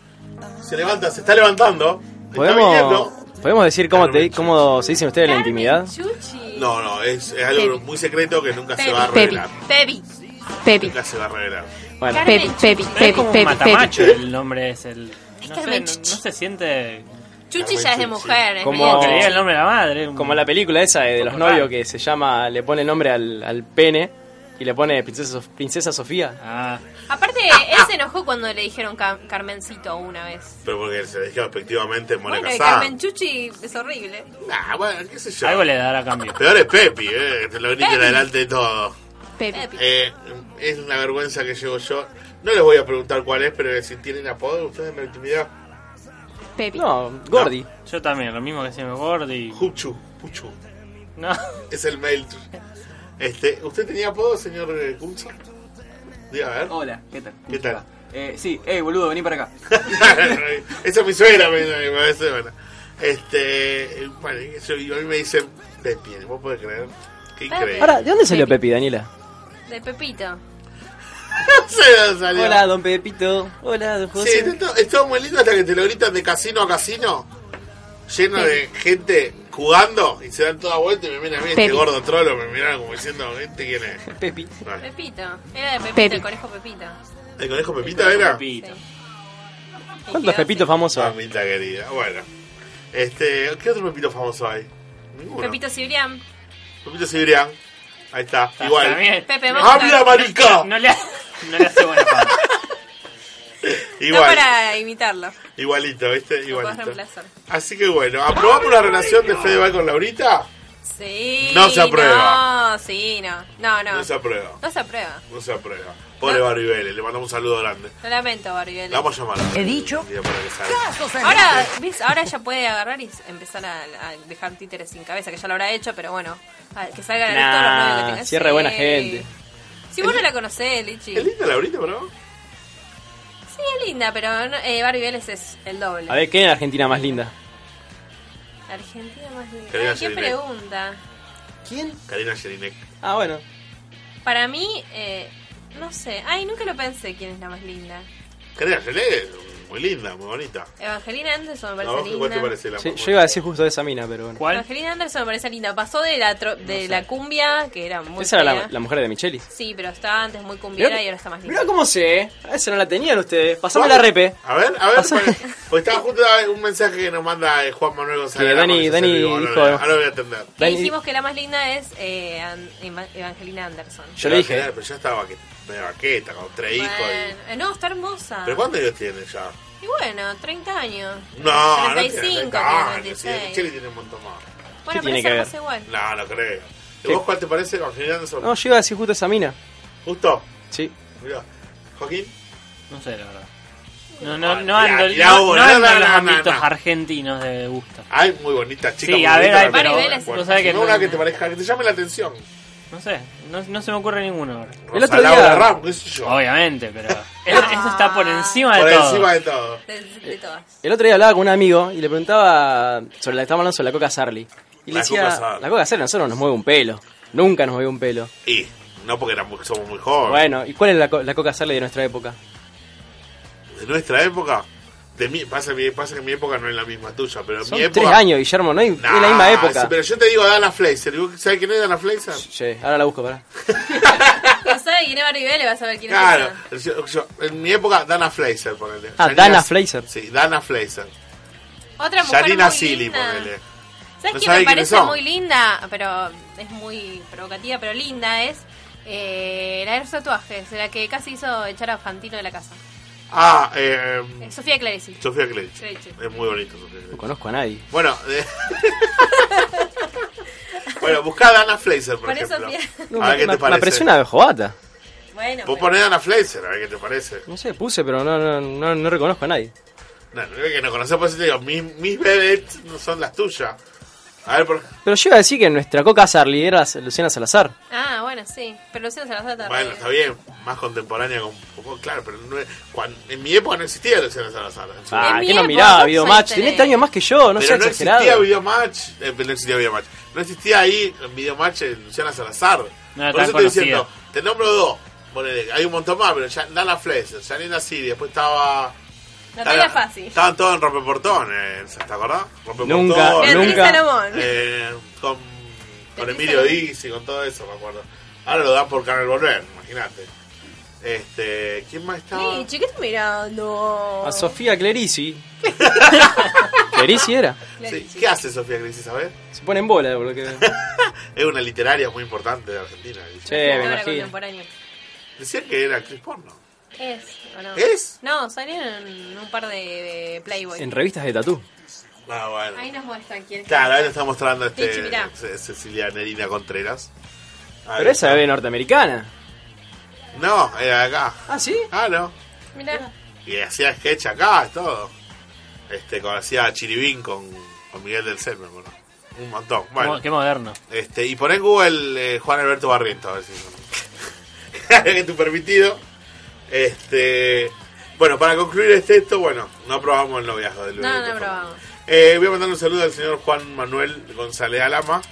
[SPEAKER 4] Se levanta, se está levantando. Está
[SPEAKER 7] ¿Podemos,
[SPEAKER 4] viniendo.
[SPEAKER 7] ¿podemos decir cómo, te,
[SPEAKER 4] Carmen
[SPEAKER 7] cómo se dicen ustedes en la intimidad?
[SPEAKER 6] Chuchi.
[SPEAKER 4] No, no, es, es algo
[SPEAKER 6] Pepe.
[SPEAKER 4] muy secreto que nunca se
[SPEAKER 6] Pepe.
[SPEAKER 4] va a revelar.
[SPEAKER 6] Pebi.
[SPEAKER 8] Pepi,
[SPEAKER 4] Nunca se va a revelar.
[SPEAKER 7] Bueno,
[SPEAKER 6] Carmen
[SPEAKER 8] Pepi, Pepi,
[SPEAKER 5] Es
[SPEAKER 8] Pepi,
[SPEAKER 5] como un
[SPEAKER 8] Pepi, Pepi.
[SPEAKER 5] matamacho el nombre es el. No, sé, no,
[SPEAKER 6] Carmen
[SPEAKER 5] no
[SPEAKER 6] Chuchi.
[SPEAKER 5] se siente.
[SPEAKER 6] Chuchi ya es de mujer. es
[SPEAKER 7] Como-
[SPEAKER 5] Como que
[SPEAKER 6] bien.
[SPEAKER 5] le diga el nombre de la madre. un-
[SPEAKER 7] como la película esa de los novios que se llama, le pone el nombre al, al pene y le pone Princesa, Sof- Princesa Sofía.
[SPEAKER 5] Ah,
[SPEAKER 6] Aparte, él se enojó cuando le dijeron Ca- Carmencito una vez.
[SPEAKER 4] Pero porque se dejó efectivamente Mónica
[SPEAKER 6] Bueno, y
[SPEAKER 4] Sanz.
[SPEAKER 6] Carmen Chuchi es horrible.
[SPEAKER 4] Nah, Ah, bueno, qué sé yo.
[SPEAKER 5] algo le dará cambio.
[SPEAKER 4] Peor es Pepi, eh, te lo grita
[SPEAKER 6] Pepi.
[SPEAKER 4] delante de todo.
[SPEAKER 8] Pepi.
[SPEAKER 4] Eh, es una vergüenza que llevo yo. No les voy a preguntar cuál es, pero si tienen apodo ustedes en la intimidad.
[SPEAKER 8] Pepi.
[SPEAKER 7] No, Gordi.
[SPEAKER 5] Yo también, lo mismo que se me Gordi.
[SPEAKER 4] Juchu, Puchu.
[SPEAKER 5] No,
[SPEAKER 4] Es el mail. Este, ¿Usted tenía apodo, señor eh, Cunzo? Diga, a ver.
[SPEAKER 10] Hola, ¿qué tal?
[SPEAKER 4] ¿Qué tal?
[SPEAKER 10] Eh, sí, eh, boludo, vení para acá.
[SPEAKER 4] Esa es mi suegra, me, me parece, bueno. Este, bueno, y eso, y a mí me dicen Pepi, ¿vos podés creer? Qué
[SPEAKER 6] Pepe.
[SPEAKER 4] increíble.
[SPEAKER 7] Ahora, ¿de dónde salió Pepi, Daniela?
[SPEAKER 6] De Pepito.
[SPEAKER 4] Se me salió.
[SPEAKER 7] Hola, don Pepito. Hola, don
[SPEAKER 4] Sí,
[SPEAKER 7] José.
[SPEAKER 4] es todo- es todo muy lindo hasta que te lo gritan de casino a casino, lleno de gente jugando y se dan toda vuelta y me miran a mí, este
[SPEAKER 8] Pepe.
[SPEAKER 4] gordo trolo, me miran como diciendo, ¿este quién es?
[SPEAKER 7] Pepi.
[SPEAKER 4] Bueno,
[SPEAKER 6] Pepito. Era de Pepito,
[SPEAKER 8] Pepi.
[SPEAKER 6] el conejo Pepito.
[SPEAKER 4] ¿El conejo Pepita era?
[SPEAKER 6] Sí.
[SPEAKER 5] Pepito.
[SPEAKER 6] Y
[SPEAKER 7] ¿Cuántos
[SPEAKER 6] quedó-
[SPEAKER 7] Pepitos famosos? hay?
[SPEAKER 4] Mamita querida, bueno. Este, ¿Qué otro Pepito famoso hay? Ninguno.
[SPEAKER 6] Pepito Cibrián.
[SPEAKER 4] Pepito Cibrián. Ahí está, igual.
[SPEAKER 5] También.
[SPEAKER 6] Pepe
[SPEAKER 5] no,
[SPEAKER 6] Mota.
[SPEAKER 4] ¡Habla, marica!
[SPEAKER 5] no le, no le hace buena fama.
[SPEAKER 4] Igual,
[SPEAKER 6] No para imitarlo. Lo
[SPEAKER 4] igualito, ¿viste?
[SPEAKER 6] podés
[SPEAKER 4] Igualito.
[SPEAKER 6] reemplazar.
[SPEAKER 4] Así que bueno, ¿aprobamos la relación de Fedeval con Laurita?
[SPEAKER 6] Sí.
[SPEAKER 4] No se aprueba.
[SPEAKER 6] No, sí, no. No, no.
[SPEAKER 4] No se aprueba,
[SPEAKER 6] No se aprueba.
[SPEAKER 4] no se aprueba. Pobre
[SPEAKER 6] No.
[SPEAKER 4] Barbie Vélez, le mandamos un saludo grande.
[SPEAKER 6] Lo lamento, Barbiel.
[SPEAKER 4] La vamos a llamar.
[SPEAKER 9] He dicho.
[SPEAKER 4] Un día para que salga.
[SPEAKER 6] Ahora, ¿ves? Ahora ya puede agarrar y empezar a, a dejar títeres sin cabeza, que ya lo habrá hecho, pero bueno, a- que salgan a todos los novios que
[SPEAKER 7] Nah,
[SPEAKER 6] tengas.
[SPEAKER 7] cierre buena gente.
[SPEAKER 6] Si vos no la conocés, Lichi.
[SPEAKER 4] ¿Es linda Laurita, bro?
[SPEAKER 6] Sí, es linda, pero no, eh, Barbie Vélez es el doble.
[SPEAKER 7] A ver, ¿quién es la Argentina más linda?
[SPEAKER 6] La Argentina más linda.
[SPEAKER 4] Querida
[SPEAKER 6] Ay, ¿Qué
[SPEAKER 4] Yelinek.
[SPEAKER 6] pregunta?
[SPEAKER 7] ¿Quién?
[SPEAKER 4] Karina Jelinek.
[SPEAKER 7] Ah, bueno.
[SPEAKER 6] Para mí, eh, no sé. Ay, nunca lo pensé quién es la más linda.
[SPEAKER 4] Karina Jelinek es muy linda, muy bonita.
[SPEAKER 6] Evangelina Anderson me
[SPEAKER 4] ¿A vos
[SPEAKER 6] parece
[SPEAKER 4] cuál te
[SPEAKER 6] linda.
[SPEAKER 4] parece la
[SPEAKER 7] Sí,
[SPEAKER 4] más
[SPEAKER 7] yo iba a decir justo esa mina, pero bueno.
[SPEAKER 5] ¿Cuál?
[SPEAKER 6] Evangelina Anderson me parece linda. Pasó de la, tro- de la cumbia, que era muy.
[SPEAKER 7] Esa era
[SPEAKER 6] fea.
[SPEAKER 7] la, la mujer de Micheli.
[SPEAKER 6] Sí, pero estaba antes muy cumbiera y ahora está más linda.
[SPEAKER 7] mirá cómo sé. A esa no la tenían ustedes. Pasame la repe.
[SPEAKER 4] A ver, a ver,
[SPEAKER 7] Pasame-
[SPEAKER 4] porque, porque estaba justo un mensaje que nos manda eh, Juan Manuel González.
[SPEAKER 7] Que Dani-
[SPEAKER 4] Ramos, que
[SPEAKER 7] Dani
[SPEAKER 4] se lo digo, ahora
[SPEAKER 7] dijo-
[SPEAKER 4] lo voy a- Ahora lo voy a atender.
[SPEAKER 6] Que
[SPEAKER 7] Dani-
[SPEAKER 6] dijimos que la más linda es eh, An- Eva- Evangelina Anderson.
[SPEAKER 7] Yo le dije.
[SPEAKER 4] Pero ya estaba vaque- medio vaqueta, con tres hijos. y-
[SPEAKER 6] Bueno, eh, no, está hermosa.
[SPEAKER 4] ¿Pero cuántos años tiene ya?
[SPEAKER 6] Y bueno, 30 años.
[SPEAKER 4] No, no tiene
[SPEAKER 6] 35,
[SPEAKER 4] 30
[SPEAKER 6] tiene
[SPEAKER 4] años. sí,
[SPEAKER 6] 26.
[SPEAKER 4] Chile tiene un montón más.
[SPEAKER 6] Bueno, pero
[SPEAKER 7] tiene
[SPEAKER 6] esa
[SPEAKER 7] que
[SPEAKER 6] la
[SPEAKER 7] ver?
[SPEAKER 6] pasa igual.
[SPEAKER 4] No, no creo. ¿Y
[SPEAKER 7] Sí.
[SPEAKER 4] vos cuál te parece, Evangelina Anderson?
[SPEAKER 7] No, yo iba a decir justo esa mina.
[SPEAKER 4] Justo.
[SPEAKER 7] Sí.
[SPEAKER 4] Mirá. Joaquín.
[SPEAKER 5] No sé, la verdad. Ah, No, no, no
[SPEAKER 4] Mirá,
[SPEAKER 5] ando,
[SPEAKER 4] mirá
[SPEAKER 5] no-
[SPEAKER 4] vos,
[SPEAKER 5] no
[SPEAKER 4] no,
[SPEAKER 5] ando
[SPEAKER 4] no,
[SPEAKER 5] en los
[SPEAKER 4] no, no,
[SPEAKER 5] ámbitos
[SPEAKER 4] no.
[SPEAKER 5] argentinos de gusto.
[SPEAKER 4] Ay, muy bonita chica.
[SPEAKER 5] Sí,
[SPEAKER 4] muy
[SPEAKER 5] a ver,
[SPEAKER 4] bonita,
[SPEAKER 5] hay,
[SPEAKER 4] me
[SPEAKER 6] pero-
[SPEAKER 4] acuerdo,
[SPEAKER 6] vos
[SPEAKER 4] me acuerdo.
[SPEAKER 5] sabés que
[SPEAKER 4] no
[SPEAKER 5] no-
[SPEAKER 4] una que te parezca, que te llame la atención.
[SPEAKER 5] No sé, no, no se me ocurre ninguno ahora.
[SPEAKER 4] El
[SPEAKER 7] otro día-
[SPEAKER 4] Laura Ram, qué sé yo.
[SPEAKER 5] Obviamente, pero eso, eso está por encima de
[SPEAKER 4] Por
[SPEAKER 5] todo.
[SPEAKER 4] encima de todo.
[SPEAKER 6] De,
[SPEAKER 7] Eh,
[SPEAKER 6] de todas.
[SPEAKER 7] El otro día hablaba con un amigo y le preguntaba sobre la estábamos hablando sobre la coca Sarli. Y le
[SPEAKER 4] La
[SPEAKER 7] decía,
[SPEAKER 4] Coca Sarli.
[SPEAKER 7] la coca Sarli a nosotros nos mueve un pelo. Nunca nos mueve un pelo.
[SPEAKER 4] Y no porque éramos- somos muy jóvenes.
[SPEAKER 7] Bueno, ¿y cuál es la, co- la coca Sarli de nuestra época?
[SPEAKER 4] De nuestra época. De mi, pasa, mi- pasa que mi época no es la misma tuya, pero
[SPEAKER 7] Son
[SPEAKER 4] mi
[SPEAKER 7] tres
[SPEAKER 4] época.
[SPEAKER 7] años, Guillermo, no hay,
[SPEAKER 4] Nah,
[SPEAKER 7] es la misma época.
[SPEAKER 4] Ah, sí, Pero yo te digo Dana Fleiser. ¿y vos ¿Sabés quién es Dana Fleiser?
[SPEAKER 7] Che, ahora la busco, pará.
[SPEAKER 6] No sabe quién es Barbie Vélez, vas a ver quién
[SPEAKER 4] Claro,
[SPEAKER 6] es.
[SPEAKER 4] yo- yo- en mi época Dana Fleiser, ponele.
[SPEAKER 7] Ah,
[SPEAKER 4] Janina-
[SPEAKER 7] Dana Fleiser.
[SPEAKER 4] Sí, Dana Fleiser.
[SPEAKER 6] esa. Otra mujer
[SPEAKER 4] Janina
[SPEAKER 6] muy
[SPEAKER 4] Silly,
[SPEAKER 6] linda.
[SPEAKER 4] ponele.
[SPEAKER 6] ¿Sabes
[SPEAKER 4] No
[SPEAKER 6] quién
[SPEAKER 4] sabe quiénes
[SPEAKER 6] me parece
[SPEAKER 4] son.
[SPEAKER 6] muy linda? Pero es muy provocativa, pero linda es eh, la de los tatuajes, la que casi hizo echar a Fantino de la casa.
[SPEAKER 4] Ah, eh,
[SPEAKER 6] Eh, Sofía Clarici.
[SPEAKER 4] Sofía Klench.
[SPEAKER 6] Klench.
[SPEAKER 4] Es muy bonito Sofía
[SPEAKER 7] No
[SPEAKER 4] Klench.
[SPEAKER 7] conozco a nadie.
[SPEAKER 4] Bueno, eh, bueno, buscá a Dana Fleiser, por
[SPEAKER 6] Por eso,
[SPEAKER 4] ejemplo.
[SPEAKER 7] No,
[SPEAKER 4] a ver
[SPEAKER 7] me,
[SPEAKER 4] qué
[SPEAKER 7] me-
[SPEAKER 4] te
[SPEAKER 7] me
[SPEAKER 4] parece.
[SPEAKER 7] apareció una jodata.
[SPEAKER 6] Bueno,
[SPEAKER 4] Vos
[SPEAKER 6] pero-
[SPEAKER 4] ponés a Dana Fleiser, a ver qué te parece.
[SPEAKER 7] No sé, puse, pero no, no, no, no reconozco a nadie.
[SPEAKER 4] No, no es que no conocés, por eso te digo, mis, mis vedettes no son las tuyas. A ver, por
[SPEAKER 7] Pero yo iba a decir que nuestra coca Sarli era Luciana Salazar.
[SPEAKER 6] Ah, bueno, sí. Pero Luciano Salazar también.
[SPEAKER 4] Bueno, está bien, más contemporánea con poco, claro, pero no es- cuan- en mi época no existía Luciana Salazar. en su-
[SPEAKER 6] Ah,
[SPEAKER 7] Ah,
[SPEAKER 6] mi
[SPEAKER 7] que no
[SPEAKER 6] época,
[SPEAKER 7] miraba
[SPEAKER 6] ¿cuántos años
[SPEAKER 7] Videomatch.
[SPEAKER 6] tenés?
[SPEAKER 7] Tenés este año más que yo, no
[SPEAKER 4] pero
[SPEAKER 7] sé,
[SPEAKER 4] no
[SPEAKER 7] exagerado.
[SPEAKER 4] existía Videomatch, eh, no existía Videomatch, no existía ahí en Videomatch en Luciana Salazar.
[SPEAKER 5] No era
[SPEAKER 4] Por eso
[SPEAKER 5] tan
[SPEAKER 4] estoy diciendo,
[SPEAKER 5] conocida.
[SPEAKER 4] te nombro dos, ponele, hay un montón más, pero ya, Dana Fleischer, Janina Siri, después estaba...
[SPEAKER 6] Natalia
[SPEAKER 4] estaba-
[SPEAKER 6] Fassi.
[SPEAKER 4] Estaban todos en Rompeportones, ¿te acordás? Rompeportones,
[SPEAKER 7] Nunca,
[SPEAKER 6] Beatriz
[SPEAKER 7] nunca.
[SPEAKER 6] Salomón.
[SPEAKER 4] eh, con, con
[SPEAKER 6] Beatriz
[SPEAKER 4] Emilio
[SPEAKER 6] Salomón.
[SPEAKER 4] Dizzi, con todo eso, me acuerdo. Ahora lo dan por Canal Volver, imagínate. Este, ¿Quién más estaba?
[SPEAKER 6] Lichi, ¿qué estás mirando?
[SPEAKER 7] A Sofía Clerici. Clerici era.
[SPEAKER 4] Sí, ¿Qué hace Sofía Grisi, sabes?
[SPEAKER 7] Se pone en bola, por lo que veo.
[SPEAKER 4] Es una literaria muy importante de Argentina. dice.
[SPEAKER 7] Che, me
[SPEAKER 6] Ahora
[SPEAKER 7] imagino.
[SPEAKER 6] contemporáneo.
[SPEAKER 4] Decían que era actriz porno.
[SPEAKER 6] ¿Es o no?
[SPEAKER 4] ¿Es?
[SPEAKER 6] No, salieron en un par de, de Playboy.
[SPEAKER 7] En revistas de tatú.
[SPEAKER 4] Ah, bueno.
[SPEAKER 6] Ahí nos muestran quién es.
[SPEAKER 4] Claro, ahí lo está mostrando este,
[SPEAKER 6] Pichi, mirá.
[SPEAKER 4] Ce- Cecilia Nerina Contreras. Ahí
[SPEAKER 7] Pero esa
[SPEAKER 4] está.
[SPEAKER 7] bebé norteamericana.
[SPEAKER 4] No, era de acá.
[SPEAKER 7] Ah, ¿sí?
[SPEAKER 4] Ah, no.
[SPEAKER 6] Mirá.
[SPEAKER 4] Y hacía sketch acá, todo. Este, cuando hacía Chiribín con, con Miguel del Cel, me acuerdo. Un montón. Bueno,
[SPEAKER 5] Mo- Qué moderno.
[SPEAKER 4] este, y poné en Google eh, Juan Alberto Barriento, a ver si. que tu permitido. Este. Bueno, para concluir este texto, bueno, no aprobamos el noviazgo del
[SPEAKER 6] No, no
[SPEAKER 4] del-
[SPEAKER 6] probamos.
[SPEAKER 4] Eh, voy a mandar un saludo al señor Juan Manuel González Alama,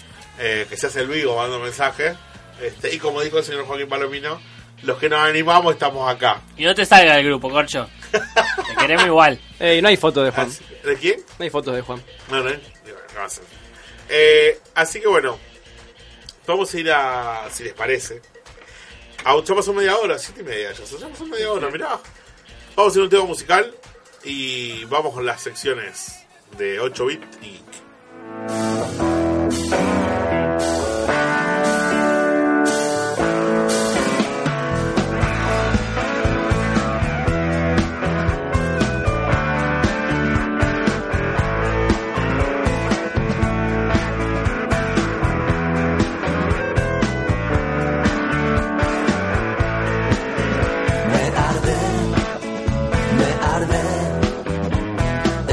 [SPEAKER 4] eh, que se hace el vivo mandando mensajes. Este, y como dijo el señor Joaquín Palomino, los que nos animamos estamos acá.
[SPEAKER 5] Y no te salga del grupo, corcho. Te queremos igual.
[SPEAKER 7] Ey, Eh, no hay fotos de Juan.
[SPEAKER 4] Así- ¿De quién?
[SPEAKER 7] No hay fotos de Juan.
[SPEAKER 4] No, no, eh. Digo, no, no, no. Eh, así que bueno, vamos a ir a, si les parece, a, ya pasó media hora, siete y media ya, ya pasó media hora, mirá. Vamos a ir a un tema musical y vamos con las secciones de 8 bit y...
[SPEAKER 11] Me arde, me arde,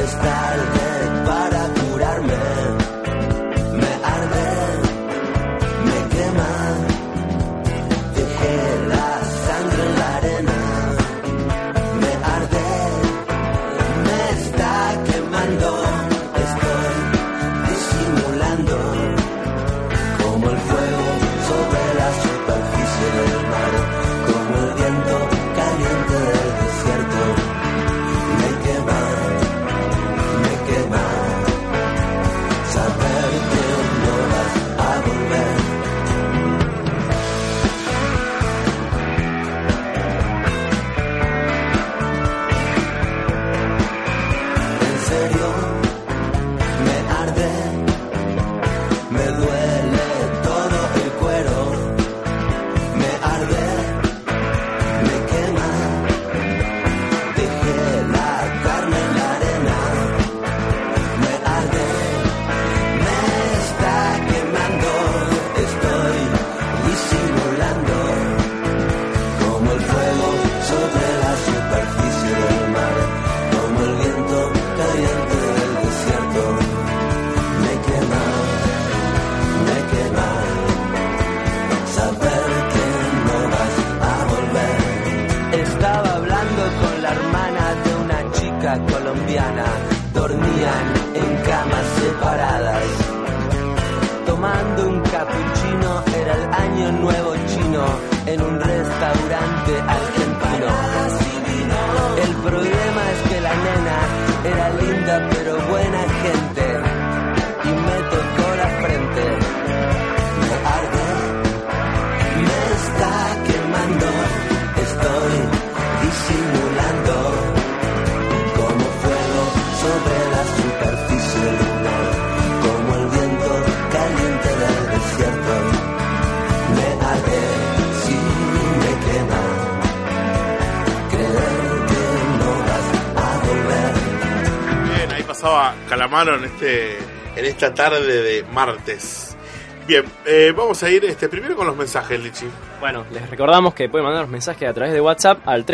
[SPEAKER 11] es tarde para curarme. Me arde, me quema, dejé la sangre en la arena. Me arde, me está quemando, estoy disimulando como el fuego sobre la superficie del mar como el viento caliente del desierto. Me quema, me quema, saber que no vas a volver. En serio, me arde, me duele todo el cuero, me arde. Me quema, dejé la carne en la arena. Me arde, me está quemando. Estoy disimulando como el fuego sobre la superficie del mar, como el viento caliente del desierto. Me quema, me quema saber que no vas a volver. Estaba hablando con la hermana de una chica colombiana, dormían en camas separadas. Tomando un cappuccino era el año nuevo chino en un restaurante argentino. El problema es que la nena era linda pero buena gente y me tocó la frente. Me arde me está quemando, estoy disimulando como fuego sobre la superficie lunar, como el viento caliente del desierto. Me arde, si me quema, creer que no vas a volver.
[SPEAKER 4] Bien, ahí pasaba Calamaro en este en esta tarde de martes. Bien, eh, vamos a ir este primero con los mensajes, Lichi.
[SPEAKER 7] Bueno, les recordamos que pueden mandarnos mensajes a través de WhatsApp al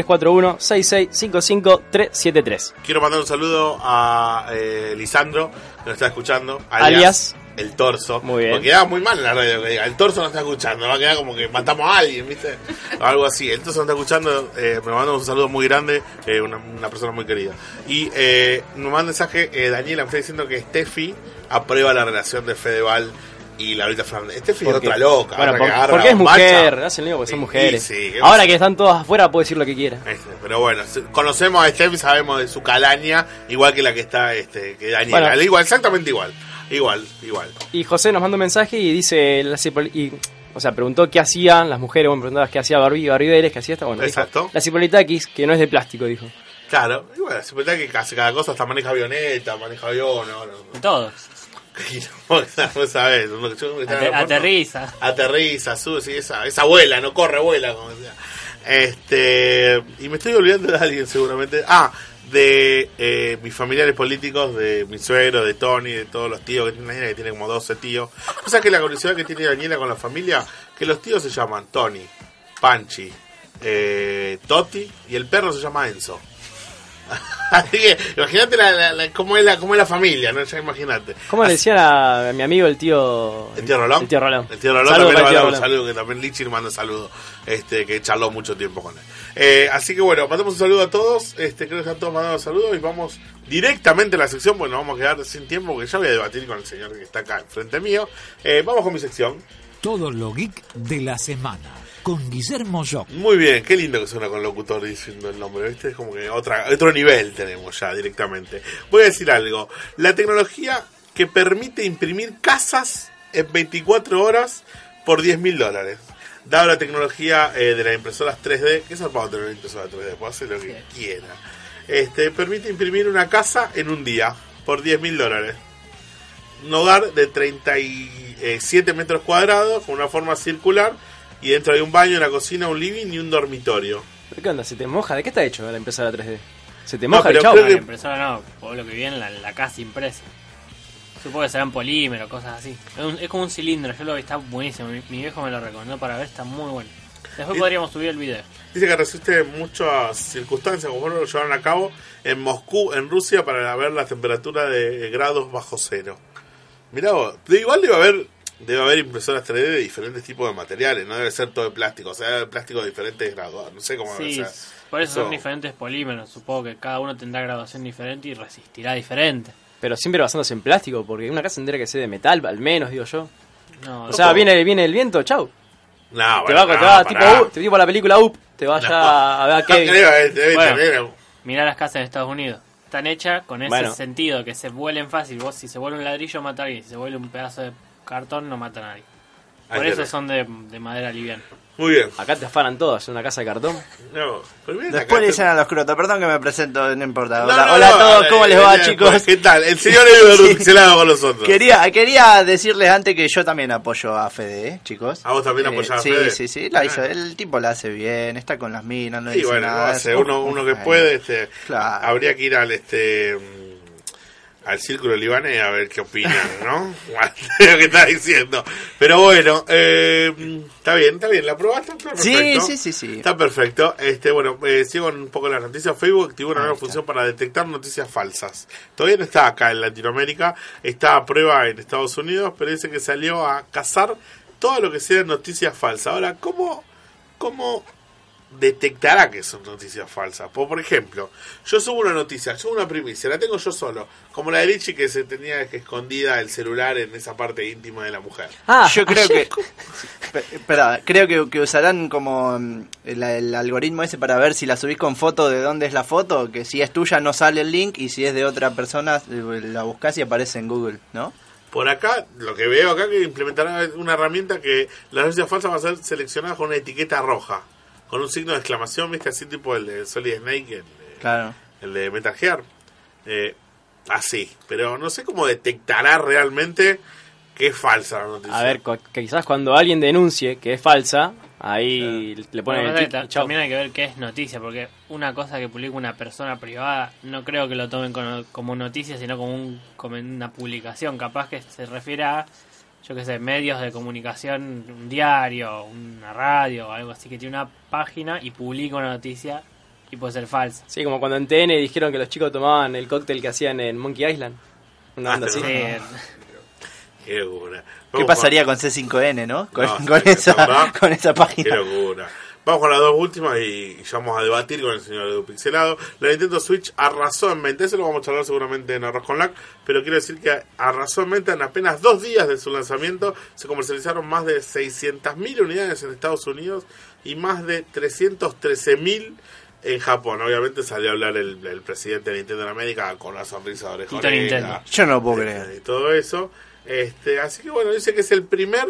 [SPEAKER 7] 341-6655-373.
[SPEAKER 4] Quiero mandar un saludo a eh, Lisandro, que nos está escuchando.
[SPEAKER 7] Alias.
[SPEAKER 4] El torso.
[SPEAKER 7] Muy bien.
[SPEAKER 4] Porque quedaba muy mal en la radio que diga, el torso no está escuchando, va a quedar como que matamos a alguien, ¿viste? O algo así. El torso no está escuchando, eh, me mandamos un saludo muy grande, eh, una, una persona muy querida. Y eh, nos manda un mensaje, eh, Daniela, me está diciendo que Steffi aprueba la relación de Fedeval y Laurita Fernández. Steffi es
[SPEAKER 7] ¿Por qué?
[SPEAKER 4] otra loca.
[SPEAKER 7] Bueno,
[SPEAKER 4] otra
[SPEAKER 7] por-
[SPEAKER 4] que agarra
[SPEAKER 7] porque es
[SPEAKER 4] la bombacha.
[SPEAKER 7] mujer, hacen lío porque
[SPEAKER 4] Sí,
[SPEAKER 7] son mujeres.
[SPEAKER 4] sí, que-
[SPEAKER 7] Ahora que están todas afuera, puede decir lo que quiera.
[SPEAKER 4] Este, Pero bueno, se- conocemos a Steffi, sabemos de su calaña, igual que la que está, este, que Daniela.
[SPEAKER 7] Bueno.
[SPEAKER 4] Igual, exactamente igual. Igual, igual.
[SPEAKER 7] Y José nos manda un mensaje y dice, las- y, o sea, preguntó qué hacían las mujeres, bueno, preguntabas qué hacía Barbie, Barbie Vélez, qué hacía esta, bueno, dijo,
[SPEAKER 4] Exacto.
[SPEAKER 7] la cipolitaquis, que no es de plástico, dijo.
[SPEAKER 4] Claro, y bueno, se cuenta que casi cada cosa, hasta maneja avioneta, maneja avión, no, no, no.
[SPEAKER 5] Todo.
[SPEAKER 4] Y no, no sabes, uno que- yo que está en el aeropuerto,
[SPEAKER 5] Ate- aterriza.
[SPEAKER 4] Aterriza, sube, sí, esa, esa vuela, no corre, vuela, como decía. Este, y me estoy olvidando de alguien seguramente. Ah, de eh, mis familiares políticos, de mi suegro, de Tony, de todos los tíos que tiene Daniela, que tiene como 12 tíos. O sea que la curiosidad que tiene Daniela con la familia, que los tíos se llaman Tony, Panchi, eh, Toti y el perro se llama Enzo. Así que imagínate la, la- la- cómo, es la, cómo es la familia, ¿no? Ya imagínate.
[SPEAKER 7] ¿Cómo le decían a, a mi amigo el tío...
[SPEAKER 4] El tío Rolón.
[SPEAKER 7] El tío Rolón.
[SPEAKER 4] El tío Rolón
[SPEAKER 7] Saludos
[SPEAKER 4] también
[SPEAKER 7] para
[SPEAKER 4] le mandamos
[SPEAKER 7] el tío
[SPEAKER 4] un
[SPEAKER 7] Rolón.
[SPEAKER 4] saludo, que también Lichi le manda un saludo, este, que charló mucho tiempo con él. Eh, así que bueno, mandamos un saludo a todos, este, creo que están todos mandando saludos y vamos directamente a la sección, bueno, vamos a quedar sin tiempo porque ya voy a debatir con el señor que está acá enfrente mío. Eh, vamos con mi sección.
[SPEAKER 12] Todo lo geek de la semana con Guillermo Jock.
[SPEAKER 4] Muy bien, qué lindo que suena con locutor diciendo el nombre, ¿viste? Es como que otra, otro nivel tenemos ya directamente. Voy a decir algo, la tecnología que permite imprimir casas en 24 horas por 10 mil dólares. Dado la tecnología eh, de las impresoras 3D, que es zarpado tener una impresora 3D, puede hacer lo que quiera. Este, permite imprimir una casa en un día por 10 mil dólares. Un hogar de 37 metros cuadrados con una forma circular y dentro hay un baño, una cocina, un living y un dormitorio.
[SPEAKER 7] ¿Pero qué onda? ¿Se te moja? ¿De qué está hecho la impresora 3D? ¿Se te
[SPEAKER 4] No,
[SPEAKER 7] moja
[SPEAKER 4] pero
[SPEAKER 7] el chau?
[SPEAKER 4] creo
[SPEAKER 5] La impresora no, por lo que viene la, la casa impresa. Supongo que serán polímero, cosas así. Es, un- es como un cilindro, yo lo vi, está buenísimo. Mi, mi viejo me lo recomendó para ver, está muy bueno. Después
[SPEAKER 4] Y-
[SPEAKER 5] podríamos subir el video.
[SPEAKER 4] Dice que resiste muchas circunstancias, como lo llevaron a cabo en Moscú, en Rusia, para ver la temperatura de grados bajo cero. Mirá vos, de igual debe haber, debe haber impresoras 3D de diferentes tipos de materiales, no debe ser todo de plástico, o sea, debe haber plástico de diferentes grados, no sé cómo debe
[SPEAKER 5] Sí,
[SPEAKER 4] ser.
[SPEAKER 5] por eso son
[SPEAKER 4] So,
[SPEAKER 5] diferentes polímeros. Supongo que cada uno tendrá graduación diferente y resistirá diferente.
[SPEAKER 7] Pero siempre basándose en plástico, porque una casa entera que sea de metal, al menos, digo yo.
[SPEAKER 5] No,
[SPEAKER 7] O sea,
[SPEAKER 5] no.
[SPEAKER 7] viene, viene el viento, chau.
[SPEAKER 4] No,
[SPEAKER 7] te
[SPEAKER 4] Ah, bueno,
[SPEAKER 7] va, te
[SPEAKER 4] no,
[SPEAKER 7] va
[SPEAKER 4] pará.
[SPEAKER 7] tipo, uh, te tipo la película UP, te vaya a ver a Kevin.
[SPEAKER 4] eh,
[SPEAKER 5] Bueno, mirá las casas de Estados Unidos. Están hechas con ese
[SPEAKER 7] Bueno.
[SPEAKER 5] sentido, que se vuelen fácil. Vos, si se vuelve un ladrillo, mata a alguien. Si se vuelve un pedazo de cartón, no mata a nadie.
[SPEAKER 7] Ahí
[SPEAKER 5] Por eso
[SPEAKER 7] tenés.
[SPEAKER 5] son de, de madera liviana.
[SPEAKER 4] Muy bien.
[SPEAKER 7] Acá te afanan todas, en una casa de cartón.
[SPEAKER 4] No, pues
[SPEAKER 11] Después le dicen a los crotas, perdón que me presento, no importa.
[SPEAKER 7] No,
[SPEAKER 11] Hola,
[SPEAKER 7] no,
[SPEAKER 11] hola a
[SPEAKER 7] no,
[SPEAKER 11] todos,
[SPEAKER 7] eh,
[SPEAKER 11] ¿cómo les va,
[SPEAKER 7] eh,
[SPEAKER 11] chicos?
[SPEAKER 4] pues, ¿Qué tal? El señor Eduardo Pixelado con nosotros.
[SPEAKER 11] Quería, quería decirles antes que yo también apoyo a Fede, ¿eh, chicos.
[SPEAKER 4] ¿A vos también apoyás a
[SPEAKER 11] sí,
[SPEAKER 4] Fede? Ah.
[SPEAKER 11] Sí, sí, la hizo, el tipo la hace bien, está con las minas, no
[SPEAKER 4] Sí,
[SPEAKER 11] dice
[SPEAKER 4] bueno,
[SPEAKER 11] nada.
[SPEAKER 4] lo hace.
[SPEAKER 11] es-
[SPEAKER 4] uno, uno que
[SPEAKER 11] Ay,
[SPEAKER 4] puede, este,
[SPEAKER 11] Claro.
[SPEAKER 4] habría que ir al este mm, al círculo libanés a ver qué opinan, ¿no? De lo que está diciendo. Pero bueno, eh, está bien, está bien, la probaste, está
[SPEAKER 11] Sí,
[SPEAKER 4] perfecto.
[SPEAKER 11] sí, sí, sí.
[SPEAKER 4] Está perfecto. Este, bueno, eh, sigo un poco las noticias. Facebook activó una nueva función para detectar noticias falsas. Todavía no está acá en Latinoamérica, está a prueba en Estados Unidos, pero dice que salió a cazar todo lo que sea noticias falsas. Ahora, ¿cómo, cómo detectará que son noticias falsas. Pues, Por, por ejemplo, yo subo una noticia, subo una primicia, la tengo yo solo, como la de Richie que se tenía que escondida el celular en esa parte íntima de la mujer.
[SPEAKER 7] Ah,
[SPEAKER 11] yo creo que. Pe- Espera, creo que, que usarán como mm, el, el algoritmo ese para ver si la subís con foto de dónde es la foto, que si es tuya no sale el link y si es de otra persona eh, la buscas y aparece en Google, ¿no?
[SPEAKER 4] Por acá, lo que veo acá que implementará una herramienta que las noticias falsas van a ser seleccionadas con una etiqueta roja, con un signo de exclamación, viste así tipo el de Solid Snake, el,
[SPEAKER 11] Claro.
[SPEAKER 4] el de Metal Gear. Eh, así, pero no sé cómo detectará realmente que es falsa la noticia.
[SPEAKER 7] A ver, co- que quizás cuando alguien denuncie que es falsa, ahí le
[SPEAKER 5] Bueno,
[SPEAKER 7] ponen el
[SPEAKER 5] pasa que
[SPEAKER 7] tic-
[SPEAKER 5] ta- también hay que ver qué es noticia, porque una cosa que publica una persona privada no creo que lo tomen como, como noticia, sino como, un, como una publicación. Capaz que se refiere a, yo qué sé, medios de comunicación, un diario, una radio, algo así, que tiene una página y publica una noticia y puede ser falsa.
[SPEAKER 7] Sí, como cuando en TN dijeron que los chicos tomaban el cóctel que hacían en Monkey Island. Una
[SPEAKER 4] Ah,
[SPEAKER 7] onda así.
[SPEAKER 5] Eh,
[SPEAKER 4] tenés razón. Qué locura.
[SPEAKER 11] ¿Qué
[SPEAKER 4] Vamos
[SPEAKER 11] pasaría con C5N, no? Con,
[SPEAKER 4] No,
[SPEAKER 11] con
[SPEAKER 4] sí,
[SPEAKER 11] esa,
[SPEAKER 4] ¿verdad?
[SPEAKER 11] con esa
[SPEAKER 4] Qué
[SPEAKER 11] página.
[SPEAKER 4] locura. Vamos con las dos últimas y ya vamos a debatir con el señor Edu Pixelado. La Nintendo Switch arrasó en mente, eso lo vamos a charlar seguramente en Arroz con Lac, pero quiero decir que arrasó en mente en apenas dos días de su lanzamiento. Se comercializaron más de 600.000 unidades en Estados Unidos y más de 313.000 en Japón. Obviamente salió a hablar el, el presidente de Nintendo en América con una sonrisa de orejonera
[SPEAKER 11] Yo no lo puedo creer.
[SPEAKER 4] y todo eso. Este, así que bueno, dice que es el primer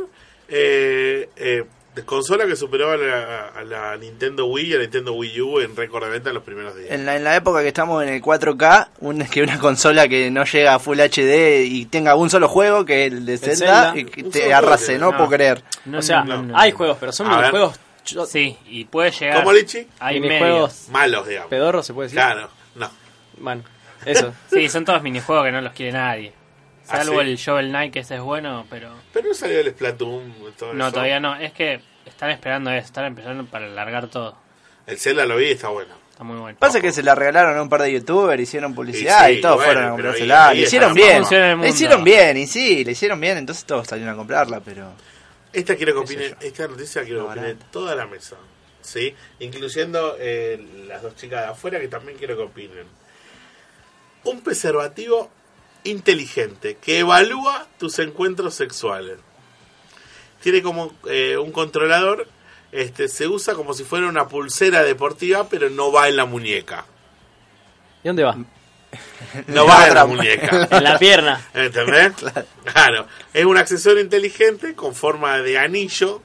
[SPEAKER 4] eh, eh, consola que superó a la, a la Nintendo Wii y a la Nintendo Wii U en récord de venta en los primeros días.
[SPEAKER 11] En la, en la época que estamos en el 4K, un- que una consola que no llega a Full HD y tenga un solo juego, que es el de Zelda,
[SPEAKER 7] Zelda.
[SPEAKER 11] y que
[SPEAKER 7] Un
[SPEAKER 11] te
[SPEAKER 7] solo
[SPEAKER 11] arrase,
[SPEAKER 7] juego.
[SPEAKER 11] no,
[SPEAKER 7] No.
[SPEAKER 11] puedo creer.
[SPEAKER 7] o sea, hay juegos, pero son
[SPEAKER 11] A ver.
[SPEAKER 7] minijuegos.
[SPEAKER 5] Sí, y puede llegar.
[SPEAKER 7] ¿Cómo, Lichi?
[SPEAKER 5] Hay
[SPEAKER 7] Minijuegos
[SPEAKER 5] medios.
[SPEAKER 4] Malos, digamos.
[SPEAKER 7] Pedorro se puede decir.
[SPEAKER 4] Claro, no.
[SPEAKER 7] Bueno, eso.
[SPEAKER 5] sí, son todos minijuegos que no los quiere nadie.
[SPEAKER 4] Ah,
[SPEAKER 5] Salvo
[SPEAKER 4] sí.
[SPEAKER 5] el Shovel Knight, que ese es bueno, pero.
[SPEAKER 4] Pero no salió el Splatoon. Todo
[SPEAKER 5] No,
[SPEAKER 4] eso.
[SPEAKER 5] todavía no. Es que están esperando eso, están empezando para largar todo.
[SPEAKER 4] El Zelda lo vi y está bueno.
[SPEAKER 5] Está muy bueno.
[SPEAKER 11] Pasa que se la regalaron a un par de youtubers, hicieron publicidad
[SPEAKER 4] Y
[SPEAKER 11] y,
[SPEAKER 4] sí,
[SPEAKER 11] todos
[SPEAKER 4] bueno,
[SPEAKER 11] fueron a
[SPEAKER 4] pero
[SPEAKER 11] comprársela.
[SPEAKER 4] ahí- ahí
[SPEAKER 11] Le hicieron
[SPEAKER 4] está la
[SPEAKER 11] bien,
[SPEAKER 4] promoción en el
[SPEAKER 11] le hicieron bien, y sí, le hicieron bien, entonces todos salieron a comprarla, pero...
[SPEAKER 4] Esta quiero que
[SPEAKER 11] Qué sé
[SPEAKER 4] opine, esta noticia quiero que opine toda la mesa, ¿sí? Incluyendo eh, las dos chicas de afuera que también quiero que opinen. Un preservativo inteligente que evalúa tus encuentros sexuales. Tiene como eh, un controlador, este se usa como si fuera una pulsera deportiva, pero no va en la muñeca.
[SPEAKER 7] ¿Y dónde va?
[SPEAKER 4] No
[SPEAKER 11] La
[SPEAKER 4] va en la
[SPEAKER 11] atrapa.
[SPEAKER 4] muñeca.
[SPEAKER 11] En la pierna.
[SPEAKER 4] ¿Entendés? Claro. Es un accesorio inteligente con forma de anillo.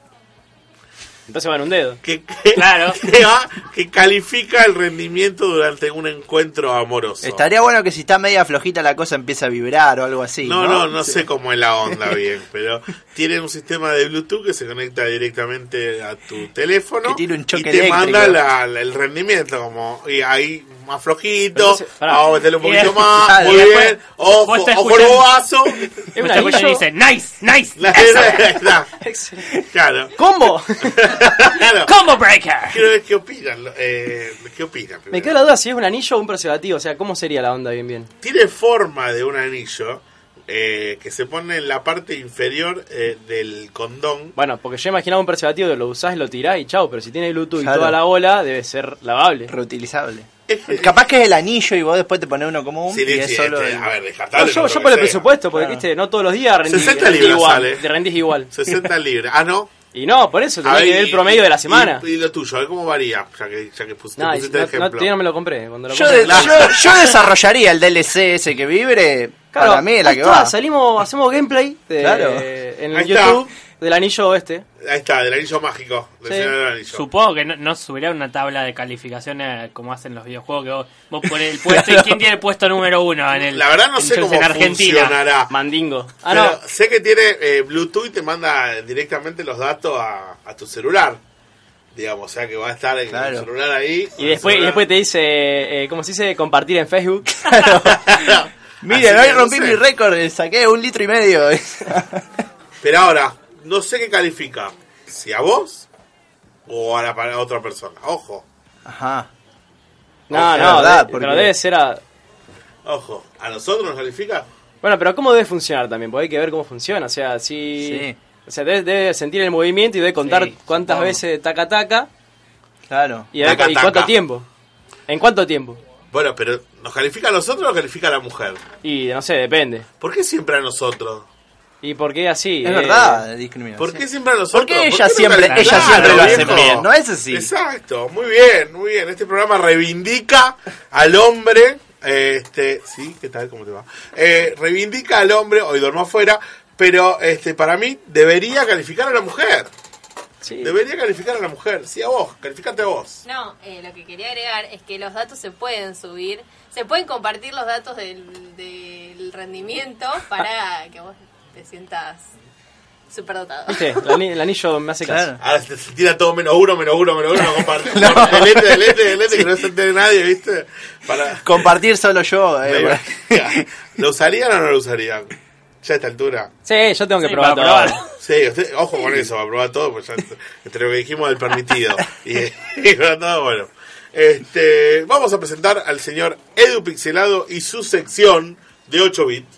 [SPEAKER 7] Entonces va en un dedo.
[SPEAKER 4] Que, claro. que, va- Ah, que califica el rendimiento durante un encuentro amoroso.
[SPEAKER 11] Estaría bueno que si está media flojita la cosa empiece a vibrar o algo así.
[SPEAKER 4] No,
[SPEAKER 11] No,
[SPEAKER 4] no, no
[SPEAKER 11] Sí.
[SPEAKER 4] sé cómo es la onda bien, pero tienen un sistema de Bluetooth que se conecta directamente a tu teléfono
[SPEAKER 11] Que tiene un choque
[SPEAKER 4] y te
[SPEAKER 11] eléctrico.
[SPEAKER 4] manda la- la- el rendimiento como y ahí más flojito, ah,
[SPEAKER 7] Entonces, pará.
[SPEAKER 4] vamos a meterle un poquito
[SPEAKER 7] Y-
[SPEAKER 4] más,
[SPEAKER 7] Claro,
[SPEAKER 4] muy
[SPEAKER 7] y después
[SPEAKER 4] bien, ojo,
[SPEAKER 7] vos estás
[SPEAKER 4] ojo
[SPEAKER 7] escuchando-
[SPEAKER 4] bobazo.
[SPEAKER 7] un Está escuchando y
[SPEAKER 5] anillo. nice, nice. eh,
[SPEAKER 4] Claro.
[SPEAKER 7] ¡Combo!
[SPEAKER 4] Claro.
[SPEAKER 5] ¡Combo breaker!
[SPEAKER 4] Quiero ver qué opinan, lo- eh, qué opinan.
[SPEAKER 7] Me queda la duda si es un anillo o un preservativo, o sea, ¿cómo sería la onda bien bien?
[SPEAKER 4] Tiene forma de un anillo eh, que se pone en la parte inferior eh, del condón.
[SPEAKER 7] Bueno, porque yo imaginaba un preservativo que lo usás, lo tirás y chao, pero si tiene Bluetooth
[SPEAKER 11] Claro.
[SPEAKER 7] y toda la bola, debe ser lavable.
[SPEAKER 11] Reutilizable. Capaz que es el anillo y vos después te pones uno como un y es solo
[SPEAKER 4] este,
[SPEAKER 11] el-
[SPEAKER 7] No, yo, yo por el presupuesto, porque
[SPEAKER 11] Claro.
[SPEAKER 7] viste, no todos los días rendís,
[SPEAKER 4] 60
[SPEAKER 7] rendís
[SPEAKER 4] libras
[SPEAKER 7] igual,
[SPEAKER 4] sale.
[SPEAKER 7] te rendís igual.
[SPEAKER 4] 60 libras. Ah, no.
[SPEAKER 7] Y no, por eso, tenés
[SPEAKER 4] A ver,
[SPEAKER 7] que ver el promedio de la semana.
[SPEAKER 4] Y, y lo tuyo, a ver cómo varía, ya que, ya que pus- te
[SPEAKER 7] No, y
[SPEAKER 4] pusiste
[SPEAKER 7] no,
[SPEAKER 4] de
[SPEAKER 7] no,
[SPEAKER 4] ejemplo.
[SPEAKER 7] yo no me lo compré. Cuando lo
[SPEAKER 11] Yo,
[SPEAKER 7] compré.
[SPEAKER 11] de- yo- yo desarrollaría el DLC ese que vibre.
[SPEAKER 7] Claro,
[SPEAKER 11] para mí es la
[SPEAKER 7] ahí
[SPEAKER 11] que
[SPEAKER 7] está,
[SPEAKER 11] va.
[SPEAKER 7] Salimos, hacemos gameplay de-
[SPEAKER 11] Claro.
[SPEAKER 7] en
[SPEAKER 4] Ahí está.
[SPEAKER 7] YouTube del anillo este.
[SPEAKER 4] Ahí está, del anillo mágico. Del
[SPEAKER 7] Sí.
[SPEAKER 4] Señor del Anillo.
[SPEAKER 5] Supongo que no, no subirá una tabla de calificaciones como hacen los videojuegos que vos, vos pones el puesto y quién tiene el puesto número uno en el
[SPEAKER 4] La verdad no
[SPEAKER 5] en-
[SPEAKER 4] sé cómo
[SPEAKER 5] en Argentina.
[SPEAKER 4] funcionará.
[SPEAKER 7] Mandingo.
[SPEAKER 5] Ah,
[SPEAKER 4] Pero
[SPEAKER 5] no.
[SPEAKER 4] sé que tiene eh, Bluetooth y te manda directamente los datos a, a tu celular. Digamos, o sea que va a estar en el celular ahí.
[SPEAKER 7] Y después, y después te dice, eh, ¿cómo se dice? Compartir en Facebook.
[SPEAKER 11] Miren,
[SPEAKER 4] Así
[SPEAKER 11] hoy
[SPEAKER 4] que no
[SPEAKER 11] rompí
[SPEAKER 4] sé.
[SPEAKER 11] mi récord, saqué un litro y medio.
[SPEAKER 4] Pero ahora, no sé qué califica. Si a vos o a la para otra persona. Ojo,
[SPEAKER 11] Ajá.
[SPEAKER 7] No,
[SPEAKER 4] Es
[SPEAKER 7] no,
[SPEAKER 4] verdad,
[SPEAKER 7] de-
[SPEAKER 4] porque-
[SPEAKER 7] pero debe ser a...
[SPEAKER 4] ojo. ¿A nosotros nos califica?
[SPEAKER 7] Bueno, pero ¿cómo debe funcionar también? Porque hay que ver cómo funciona. O sea, si...
[SPEAKER 4] Sí.
[SPEAKER 7] O sea, debe, debe sentir el movimiento y debe contar
[SPEAKER 4] Sí,
[SPEAKER 7] cuántas
[SPEAKER 4] supongo.
[SPEAKER 7] veces taca-taca
[SPEAKER 11] Claro.
[SPEAKER 7] y, a ver cu- y
[SPEAKER 4] Taca-taca.
[SPEAKER 7] cuánto tiempo. ¿En cuánto tiempo?
[SPEAKER 4] Bueno, pero ¿nos califica a nosotros o nos califica a la mujer?
[SPEAKER 7] Y no sé, depende.
[SPEAKER 4] ¿Por qué siempre a nosotros?
[SPEAKER 7] ¿Y por qué así?
[SPEAKER 11] Es
[SPEAKER 7] Eh,
[SPEAKER 11] verdad, discriminación.
[SPEAKER 4] ¿Por qué siempre a nosotros?
[SPEAKER 11] ¿Por qué ella
[SPEAKER 4] no
[SPEAKER 11] siempre-
[SPEAKER 4] califica?
[SPEAKER 11] ella siempre lo hace
[SPEAKER 4] viejo.
[SPEAKER 11] bien? No es así.
[SPEAKER 4] Exacto, muy bien, muy bien. Este programa reivindica al hombre. Este, sí, ¿qué tal? ¿Cómo te va? Eh, reivindica al hombre, hoy duermo afuera, pero este para mí debería calificar a la mujer. Debería calificar a la mujer. Sí, a vos, calificate a vos.
[SPEAKER 6] No, eh, lo que quería agregar es que los datos se pueden subir, se pueden compartir los datos del, del rendimiento para que vos te sientas superdotado.
[SPEAKER 7] ¿Viste? El ani- el anillo me hace caso.
[SPEAKER 4] Ahora se, se tira todo menos uno, menos uno, menos uno. Comparte. Delete, delete, delete, que no se entere nadie, ¿viste? Para, eh,
[SPEAKER 11] Compartir solo yo. eh, bueno.
[SPEAKER 4] ¿Lo usarían o no lo usarían? Ya a esta altura.
[SPEAKER 7] Sí, yo tengo que
[SPEAKER 4] Sí,
[SPEAKER 7] probar
[SPEAKER 4] para
[SPEAKER 7] todo.
[SPEAKER 4] probar. Sí, usted- ojo con eso, va a probar todo, pues ya entre- entre lo que dijimos del permitido. Y, y para todo, bueno. Este, vamos a presentar al señor Edu Pixelado y su sección de 8 bits.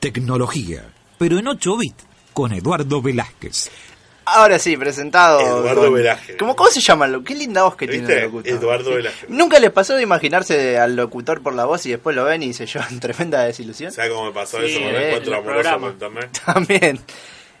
[SPEAKER 13] Tecnología, pero en 8 bits, con Eduardo Velázquez.
[SPEAKER 11] Ahora sí, presentado.
[SPEAKER 13] Eduardo Velázquez.
[SPEAKER 11] ¿Cómo, ¿Cómo se llama? el loco? Qué linda voz que tiene
[SPEAKER 4] ¿Viste?
[SPEAKER 11] el locutor.
[SPEAKER 4] Eduardo
[SPEAKER 11] Sí.
[SPEAKER 4] Velázquez.
[SPEAKER 11] ¿Nunca les pasó de imaginarse al locutor por la voz y después lo ven y se llevan tremenda desilusión?
[SPEAKER 4] ¿Sabes cómo me pasó
[SPEAKER 11] Sí,
[SPEAKER 4] eso con el
[SPEAKER 11] eh,
[SPEAKER 4] encuentro
[SPEAKER 11] el
[SPEAKER 4] amoroso
[SPEAKER 11] programa.
[SPEAKER 4] con Tomé?
[SPEAKER 11] También.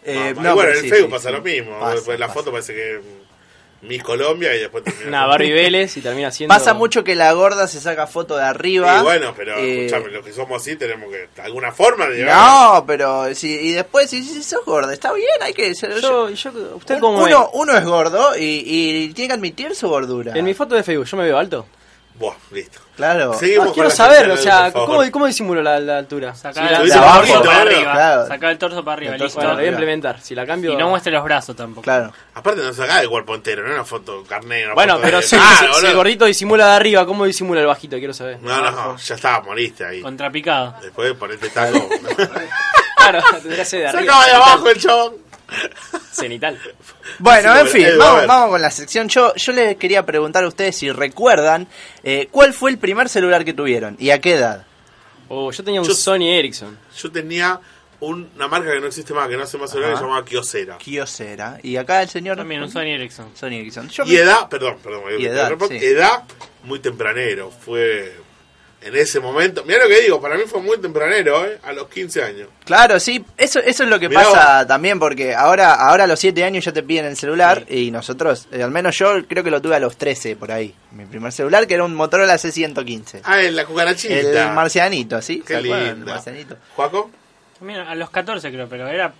[SPEAKER 11] Eh, no,
[SPEAKER 4] Mamá. Ah, y bueno,
[SPEAKER 11] pero
[SPEAKER 4] en el
[SPEAKER 11] sí,
[SPEAKER 4] Facebook
[SPEAKER 11] sí,
[SPEAKER 4] pasa
[SPEAKER 11] sí.
[SPEAKER 4] lo mismo.
[SPEAKER 11] Pasa,
[SPEAKER 4] Después la
[SPEAKER 11] pasa.
[SPEAKER 4] foto parece que mm, Miss Colombia y después termina.
[SPEAKER 7] Una Barbie Vélez y termina siendo...
[SPEAKER 11] Pasa mucho que la gorda se saca foto de arriba.
[SPEAKER 4] Y bueno, pero
[SPEAKER 11] Eh,
[SPEAKER 4] escúchame, los que somos así tenemos que. alguna forma de.
[SPEAKER 11] No, pero sí, y después si, si sos gorda, está bien, hay que ser-
[SPEAKER 7] Yo-
[SPEAKER 11] Un-
[SPEAKER 7] cómo
[SPEAKER 11] uno,
[SPEAKER 7] es?
[SPEAKER 11] uno es gordo y, y tiene que admitir su gordura.
[SPEAKER 7] En mi foto de Facebook, ¿yo me veo alto?
[SPEAKER 4] Buah, listo.
[SPEAKER 11] Claro.
[SPEAKER 7] Ah, quiero saber, o sea, ¿cómo, cómo disimulo la, la altura?
[SPEAKER 5] Sacá
[SPEAKER 7] Si la-
[SPEAKER 5] el
[SPEAKER 7] la
[SPEAKER 5] torso
[SPEAKER 7] bajo,
[SPEAKER 5] para arriba.
[SPEAKER 7] claro.
[SPEAKER 5] Sacá el torso para arriba,
[SPEAKER 7] El torso
[SPEAKER 5] listo.
[SPEAKER 7] para arriba. Lo voy a implementar, si la cambio-
[SPEAKER 5] Y no muestre los brazos tampoco.
[SPEAKER 11] Claro.
[SPEAKER 4] Aparte, no sacaba el cuerpo entero, no era una foto carnero. una
[SPEAKER 7] Bueno,
[SPEAKER 4] foto
[SPEAKER 7] pero
[SPEAKER 4] de-
[SPEAKER 7] si,
[SPEAKER 4] Ah,
[SPEAKER 7] si- si
[SPEAKER 4] boludo. Ah.
[SPEAKER 7] el gordito disimula de arriba, ¿cómo disimula el bajito? Quiero saber.
[SPEAKER 4] No, no, ya estaba, moriste ahí.
[SPEAKER 5] Contrapicado.
[SPEAKER 4] Después ponete taco.
[SPEAKER 7] Claro, tendría que ser de arriba.
[SPEAKER 4] Sacaba de abajo el chabón.
[SPEAKER 7] Cenital.
[SPEAKER 11] Bueno,
[SPEAKER 4] Sí,
[SPEAKER 11] en
[SPEAKER 4] pero,
[SPEAKER 11] fin,
[SPEAKER 4] Edu, a
[SPEAKER 11] vamos,
[SPEAKER 4] ver.
[SPEAKER 11] vamos con la sección. Yo, yo les quería preguntar a ustedes si recuerdan eh, cuál fue el primer celular que tuvieron y a qué edad.
[SPEAKER 7] Oh, yo tenía un
[SPEAKER 4] Yo-
[SPEAKER 7] Sony Ericsson.
[SPEAKER 4] Yo tenía un- una marca que no existe más, que no hace más celular, que se llamaba Kiosera.
[SPEAKER 11] Kiosera. Y acá el señor...
[SPEAKER 5] También un Sony Ericsson.
[SPEAKER 11] Sony Ericsson. Yo
[SPEAKER 4] y
[SPEAKER 11] me-
[SPEAKER 4] edad, perdón, perdón.
[SPEAKER 11] Y edad,
[SPEAKER 4] perdón,
[SPEAKER 11] sí.
[SPEAKER 4] edad muy tempranero. Fue en ese momento. Mira lo que digo, para mí fue muy tempranero, ¿eh? a los 15 años.
[SPEAKER 11] Claro, sí, eso, eso es lo que
[SPEAKER 4] Mirá
[SPEAKER 11] pasa también, porque ahora, ahora a los 7 años ya te piden el celular y nosotros, eh, al menos yo creo que lo tuve a los 13 por ahí, mi primer celular, que era un Motorola C115.
[SPEAKER 4] Ah, en la cucarachita.
[SPEAKER 11] El marcianito, ¿sí?
[SPEAKER 4] Qué
[SPEAKER 11] ¿Se acuerdan? El
[SPEAKER 4] linda.
[SPEAKER 11] marcianito.
[SPEAKER 4] ¿Juaco?
[SPEAKER 5] Mira, a los 14 creo, pero era.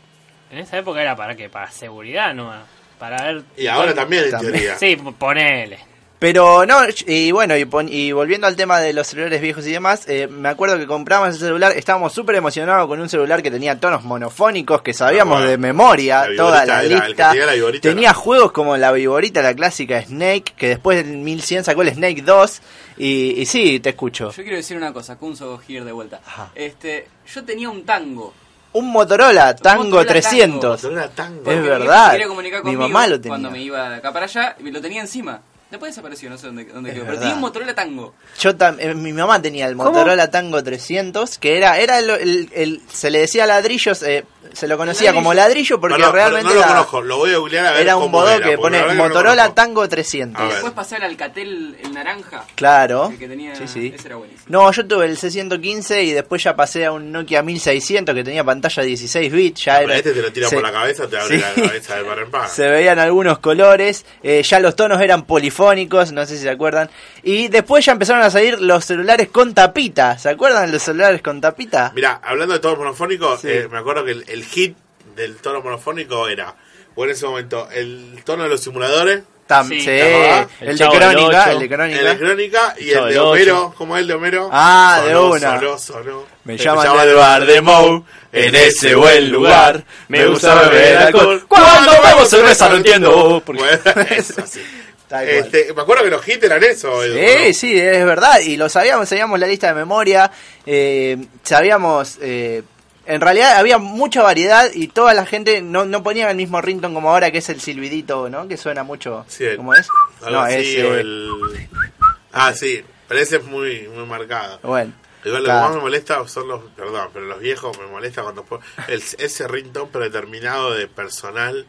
[SPEAKER 5] En esa época era para qué? Para seguridad, ¿no? Para ver.
[SPEAKER 4] Y ahora también, en También. teoría.
[SPEAKER 5] Sí, ponele.
[SPEAKER 11] Pero no, y bueno, y, pon- y volviendo al tema de los celulares viejos y demás, eh, me acuerdo que compramos el celular, estábamos súper emocionados con un celular que tenía tonos monofónicos, que sabíamos
[SPEAKER 4] Ah, bueno.
[SPEAKER 11] de memoria,
[SPEAKER 4] La
[SPEAKER 11] toda
[SPEAKER 4] viborita
[SPEAKER 11] la
[SPEAKER 4] era- el que
[SPEAKER 11] lista.
[SPEAKER 4] tenía la viborita
[SPEAKER 11] tenía juegos como la viborita, la clásica Snake, que después del 1100 sacó el Snake 2, y, y sí, te escucho.
[SPEAKER 10] Yo quiero decir una cosa, Kunzo Gir de vuelta. Este, yo tenía un tango.
[SPEAKER 11] Un Motorola Tango
[SPEAKER 10] Motorola
[SPEAKER 11] 300.
[SPEAKER 10] Tango. Porque
[SPEAKER 11] Es
[SPEAKER 10] mi
[SPEAKER 11] verdad.
[SPEAKER 10] viejo quería comunicar
[SPEAKER 11] Mi
[SPEAKER 10] conmigo
[SPEAKER 11] mamá lo tenía.
[SPEAKER 10] Cuando me iba de acá para allá, me lo tenía encima. Después desapareció, no sé dónde, dónde
[SPEAKER 11] Es
[SPEAKER 10] quedó. Pero
[SPEAKER 11] verdad.
[SPEAKER 10] tenía un Motorola tango.
[SPEAKER 11] Yo tam- eh, mi mamá tenía el
[SPEAKER 10] ¿Cómo?
[SPEAKER 11] Motorola Tango 300, que era era el, el- el- se le decía ladrillos, eh, se lo conocía como ladrillo porque
[SPEAKER 4] Perdón, pero
[SPEAKER 11] realmente
[SPEAKER 4] no lo
[SPEAKER 11] la-
[SPEAKER 4] conozco, lo voy a googlear a ver
[SPEAKER 11] era un
[SPEAKER 4] cómo
[SPEAKER 11] bodó
[SPEAKER 4] era,
[SPEAKER 11] que
[SPEAKER 4] porque la
[SPEAKER 11] pone
[SPEAKER 4] verdad que no lo
[SPEAKER 11] Motorola
[SPEAKER 4] conozco.
[SPEAKER 11] Tango
[SPEAKER 4] A
[SPEAKER 11] 300.
[SPEAKER 4] ver.
[SPEAKER 10] Después pasé el Alcatel, el naranja.
[SPEAKER 11] Claro.
[SPEAKER 10] El que tenía,
[SPEAKER 11] ¿Oh? Sí, sí.
[SPEAKER 10] ese era buenísimo.
[SPEAKER 11] No, yo tuve el C115 y después ya pasé a un Nokia 1600 que tenía pantalla 16 bits, ya
[SPEAKER 4] Pero
[SPEAKER 11] era
[SPEAKER 4] este te lo tira
[SPEAKER 11] se-
[SPEAKER 4] por la cabeza, te abre
[SPEAKER 11] Sí.
[SPEAKER 4] la cabeza del bar en paz.
[SPEAKER 11] Se veían algunos colores, eh, ya los tonos eran polifónicos, no sé si se acuerdan. Y después ya empezaron a salir los celulares con tapita, ¿se acuerdan los celulares con tapita?
[SPEAKER 4] Mirá, hablando de tonos monofónicos,
[SPEAKER 11] Sí.
[SPEAKER 4] eh, me acuerdo que el, el hit del tono monofónico era, o en ese momento, el tono de los simuladores.
[SPEAKER 11] Tam- Sí. sí. El El de Chavo del Crónica, Ocho. el de Crónica.
[SPEAKER 4] El de Crónica y
[SPEAKER 11] Chavo
[SPEAKER 4] el de
[SPEAKER 11] del Ocho.
[SPEAKER 4] Homero, ¿cómo es el de Homero?
[SPEAKER 11] Ah, de
[SPEAKER 4] Sonó,
[SPEAKER 11] una.
[SPEAKER 4] sonó, sonó.
[SPEAKER 11] Me
[SPEAKER 4] Se
[SPEAKER 11] llaman
[SPEAKER 4] llama
[SPEAKER 11] del bar de Mou, en ese buen lugar, me gusta beber alcohol. Cuando bebo cerveza no entiendo.
[SPEAKER 4] Bueno, eso sí.
[SPEAKER 11] Tal cual.
[SPEAKER 4] Uh, Este, me acuerdo que los hits eran eso. el-
[SPEAKER 11] Sí, sí, es verdad. Y lo sabíamos, sabíamos la lista de memoria, eh, sabíamos... eh, en realidad había mucha variedad y toda la gente no, no ponía el mismo ringtone como ahora, que es el silbidito, ¿no? Que suena mucho.
[SPEAKER 4] Sí, el-
[SPEAKER 11] ¿Cómo es?
[SPEAKER 4] algo
[SPEAKER 11] No,
[SPEAKER 4] así,
[SPEAKER 11] es,
[SPEAKER 4] o
[SPEAKER 11] eh,
[SPEAKER 4] el- Ah, sí, pero ese es muy, muy marcado.
[SPEAKER 11] Bueno.
[SPEAKER 4] Igual lo
[SPEAKER 11] Claro.
[SPEAKER 4] que más me molesta son los, perdón, pero los viejos me molesta cuando pon- el, ese ringtone predeterminado de personal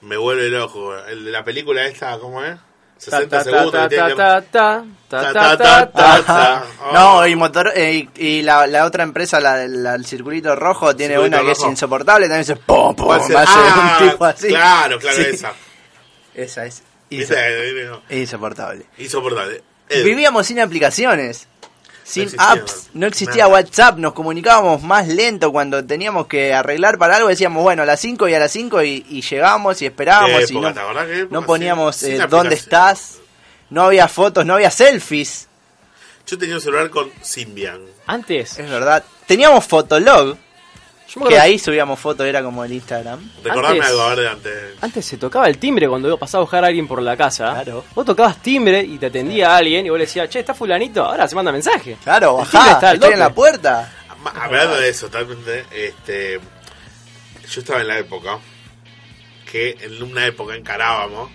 [SPEAKER 4] me vuelve loco. El de la película esta, ¿cómo es? 60
[SPEAKER 7] Ta, ta,
[SPEAKER 4] segundos.
[SPEAKER 7] ta,
[SPEAKER 4] y tiene que-
[SPEAKER 7] ta, ta, ta, ta, ta, ta,
[SPEAKER 11] Ajá.
[SPEAKER 7] ta.
[SPEAKER 4] Oh.
[SPEAKER 11] No, y, motor, eh, y y la, la otra empresa, la, del la- el circulito rojo, tiene
[SPEAKER 4] Circulito
[SPEAKER 11] una que
[SPEAKER 4] Rojo.
[SPEAKER 11] es insoportable, también dice pum, pum,
[SPEAKER 4] ¿Cuál
[SPEAKER 11] hace
[SPEAKER 4] será? Ah,
[SPEAKER 11] un tipo así.
[SPEAKER 4] Claro, claro,
[SPEAKER 11] Sí.
[SPEAKER 4] esa.
[SPEAKER 11] Esa es.
[SPEAKER 4] Esa es, no.
[SPEAKER 11] Insoportable.
[SPEAKER 4] Insoportable. Edu.
[SPEAKER 11] Vivíamos sin aplicaciones. Sin
[SPEAKER 4] Eh. existía
[SPEAKER 11] apps, no existía
[SPEAKER 4] nada.
[SPEAKER 11] WhatsApp, nos comunicábamos más lento cuando teníamos que arreglar para algo, decíamos, bueno, a las 5 y a las 5 y, y llegábamos y
[SPEAKER 4] Qué
[SPEAKER 11] esperábamos y
[SPEAKER 4] época,
[SPEAKER 11] no,
[SPEAKER 4] ¿te acordás qué época?
[SPEAKER 11] no poníamos
[SPEAKER 4] Sin-
[SPEAKER 11] eh,
[SPEAKER 4] sin
[SPEAKER 11] dónde
[SPEAKER 4] aplicación.
[SPEAKER 11] estás, no había fotos, no había selfies.
[SPEAKER 4] Yo tenía un celular con Symbian.
[SPEAKER 7] Antes.
[SPEAKER 11] Es verdad. Teníamos Fotolog,
[SPEAKER 7] me acuerdo-
[SPEAKER 11] que ahí subíamos fotos, era como el Instagram.
[SPEAKER 4] Recordame
[SPEAKER 7] Antes-
[SPEAKER 4] algo, a ver, de antes.
[SPEAKER 7] Antes se tocaba el timbre cuando pasaba a buscar a alguien por la casa. Claro. Vos tocabas timbre y te atendía a alguien y vos le decías, che, está fulanito, ahora se manda mensaje.
[SPEAKER 11] Claro,
[SPEAKER 7] El timbre
[SPEAKER 11] bajá,
[SPEAKER 7] está al
[SPEAKER 11] estoy en
[SPEAKER 7] tope.
[SPEAKER 11] la puerta.
[SPEAKER 4] Ma- Hablando de eso, totalmente, este, yo estaba en la época que en una época encarábamos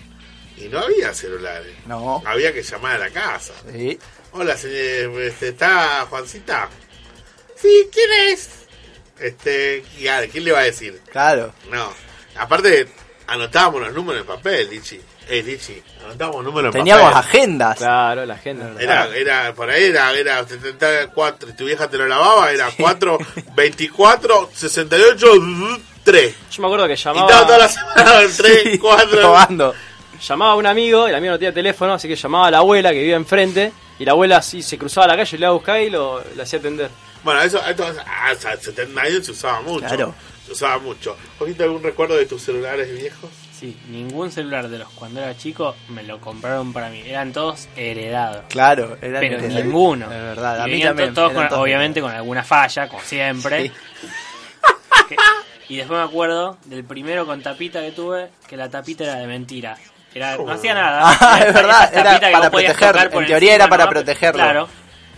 [SPEAKER 4] y no había celulares.
[SPEAKER 11] No.
[SPEAKER 4] Había que llamar a la casa.
[SPEAKER 11] Sí.
[SPEAKER 4] Hola, señor, este, ¿está Juancita? Sí, ¿quién es? Este, y a- ¿quién le va a decir?
[SPEAKER 11] Claro.
[SPEAKER 4] No. Aparte, anotábamos los números en papel, Lichi. Eh, Lichi, anotábamos números en
[SPEAKER 11] Teníamos
[SPEAKER 4] papel.
[SPEAKER 11] agendas.
[SPEAKER 7] Claro, la agenda.
[SPEAKER 4] Era, era, por ahí era, era 74, tu vieja te lo lavaba, era 4, 24, 68, 3.
[SPEAKER 7] Yo me acuerdo que
[SPEAKER 4] Y estaba toda la
[SPEAKER 7] llamaba,
[SPEAKER 4] semana, 3, 4.
[SPEAKER 11] Probando.
[SPEAKER 7] llamaba a un amigo, el amigo no tenía teléfono, así que llamaba a la abuela que vivía enfrente. Y la abuela así se cruzaba la calle, le iba a buscar y lo, lo hacía atender.
[SPEAKER 4] Bueno, eso, esto ah, hasta 70 años se usaba mucho.
[SPEAKER 5] Claro.
[SPEAKER 4] Se usaba mucho. ¿Ojito algún recuerdo de tus celulares viejos?
[SPEAKER 5] Sí, ningún celular de los cuando era chico me lo compraron para mí. Eran todos heredados.
[SPEAKER 11] Claro, eran
[SPEAKER 5] Pero
[SPEAKER 11] heredados.
[SPEAKER 5] ninguno.
[SPEAKER 11] Es verdad, a
[SPEAKER 5] Y
[SPEAKER 11] mí
[SPEAKER 5] venían
[SPEAKER 11] también,
[SPEAKER 5] Todos con-
[SPEAKER 11] eran todos
[SPEAKER 5] obviamente con alguna falla, como siempre. Que- y después me acuerdo del primero con tapita que tuve, que la tapita era de mentira. Era,
[SPEAKER 10] Oh.
[SPEAKER 5] no hacía nada.
[SPEAKER 11] Ah, es
[SPEAKER 5] Esas
[SPEAKER 11] verdad, era
[SPEAKER 5] tapitas que
[SPEAKER 11] para
[SPEAKER 5] vos podías
[SPEAKER 11] proteger,
[SPEAKER 5] tocar por
[SPEAKER 11] en teoría era
[SPEAKER 5] encima,
[SPEAKER 11] para
[SPEAKER 5] ¿no? Pero-
[SPEAKER 11] protegerlo.
[SPEAKER 5] Claro,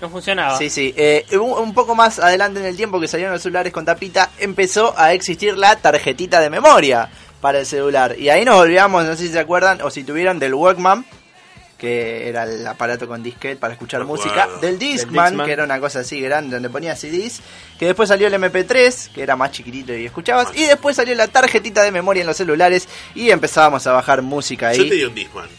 [SPEAKER 5] no funcionaba.
[SPEAKER 11] Sí, sí. Eh, un, un poco más adelante en el tiempo que salieron los celulares con tapita, empezó a existir la tarjetita de memoria para el celular. Y ahí nos olvidamos, no sé si se acuerdan o si tuvieron, del Walkman, que era el aparato con disquete para escuchar
[SPEAKER 7] acuerdo.
[SPEAKER 11] música. Del
[SPEAKER 7] Del
[SPEAKER 11] Discman,
[SPEAKER 7] Discman.
[SPEAKER 11] que era una cosa así grande, donde ponía CDs. Que después salió el MP3, que era más chiquitito y escuchabas. Y después salió la tarjetita de memoria en los celulares y empezábamos a bajar música ahí.
[SPEAKER 4] Yo tenía un Disman.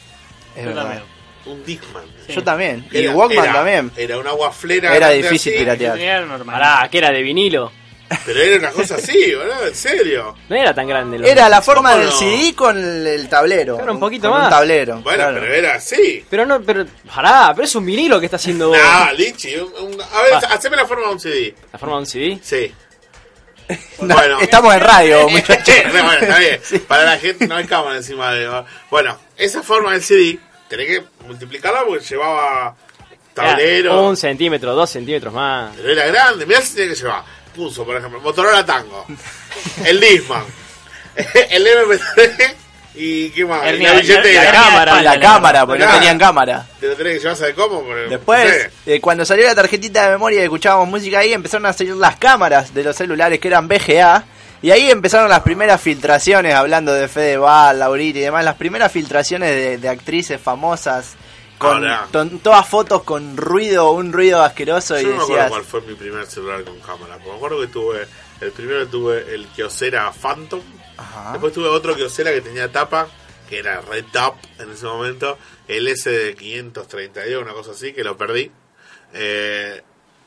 [SPEAKER 11] Es verdad.
[SPEAKER 4] un Discman.
[SPEAKER 11] Yo también. Y Walkman
[SPEAKER 4] era-
[SPEAKER 11] también.
[SPEAKER 4] Era una guaflera.
[SPEAKER 11] Era
[SPEAKER 4] grande
[SPEAKER 11] difícil
[SPEAKER 4] así.
[SPEAKER 11] piratear.
[SPEAKER 7] Pará, que era de vinilo.
[SPEAKER 4] Pero era una cosa así, boludo, en serio.
[SPEAKER 7] No era tan grande. los
[SPEAKER 11] Era la
[SPEAKER 7] discos.
[SPEAKER 11] forma del CD con el, el tablero.
[SPEAKER 7] Era un poquito
[SPEAKER 11] Con
[SPEAKER 7] más.
[SPEAKER 11] Un tablero. claro.
[SPEAKER 4] era así.
[SPEAKER 7] Pero no, pero. Pará, pero es un vinilo que está haciendo vos.
[SPEAKER 4] Ah, Lichi. un- un- a ver,
[SPEAKER 7] Va.
[SPEAKER 11] Ah.
[SPEAKER 4] haceme la forma de un CD.
[SPEAKER 7] ¿La forma de un CD?
[SPEAKER 4] Sí.
[SPEAKER 11] No, Estamos en radio, muchachos.
[SPEAKER 4] Sí, bueno, está bien. Para la gente no hay cámara encima de. Bueno, esa forma del CD, tenés que multiplicarla porque llevaba
[SPEAKER 7] Era
[SPEAKER 4] tablero.
[SPEAKER 7] Un centímetro, dos centímetros más.
[SPEAKER 4] Pero era grande, mirá si tiene que llevar. Puso, por ejemplo, Motorola Tango, el Disman, el MP3 y qué más.
[SPEAKER 11] El-
[SPEAKER 4] Y la billetera.
[SPEAKER 11] la cámara, la cámara, porque no
[SPEAKER 4] Claro.
[SPEAKER 11] tenían cámara.
[SPEAKER 4] Te lo tenés que llevar, ¿sabes cómo? Porque, no
[SPEAKER 11] Después,
[SPEAKER 4] sé.
[SPEAKER 11] eh, cuando salió la tarjetita de memoria y escuchábamos música ahí, empezaron a salir las cámaras de los celulares que eran VGA. Y ahí empezaron las primeras filtraciones, hablando de Fedeval, Laurita y demás, las primeras filtraciones de, de actrices famosas. Con,
[SPEAKER 4] Ahora.
[SPEAKER 11] con todas fotos con ruido, un ruido asqueroso. y
[SPEAKER 4] Yo no me acuerdo
[SPEAKER 11] decías,
[SPEAKER 4] cuál fue mi primer celular con cámara. porque Me acuerdo que tuve, el primero tuve el Kyocera Phantom. Después tuve otro Kyocera que tenía tapa, que era Red Top en ese momento. El SD532, una cosa así, que lo perdí. Eh,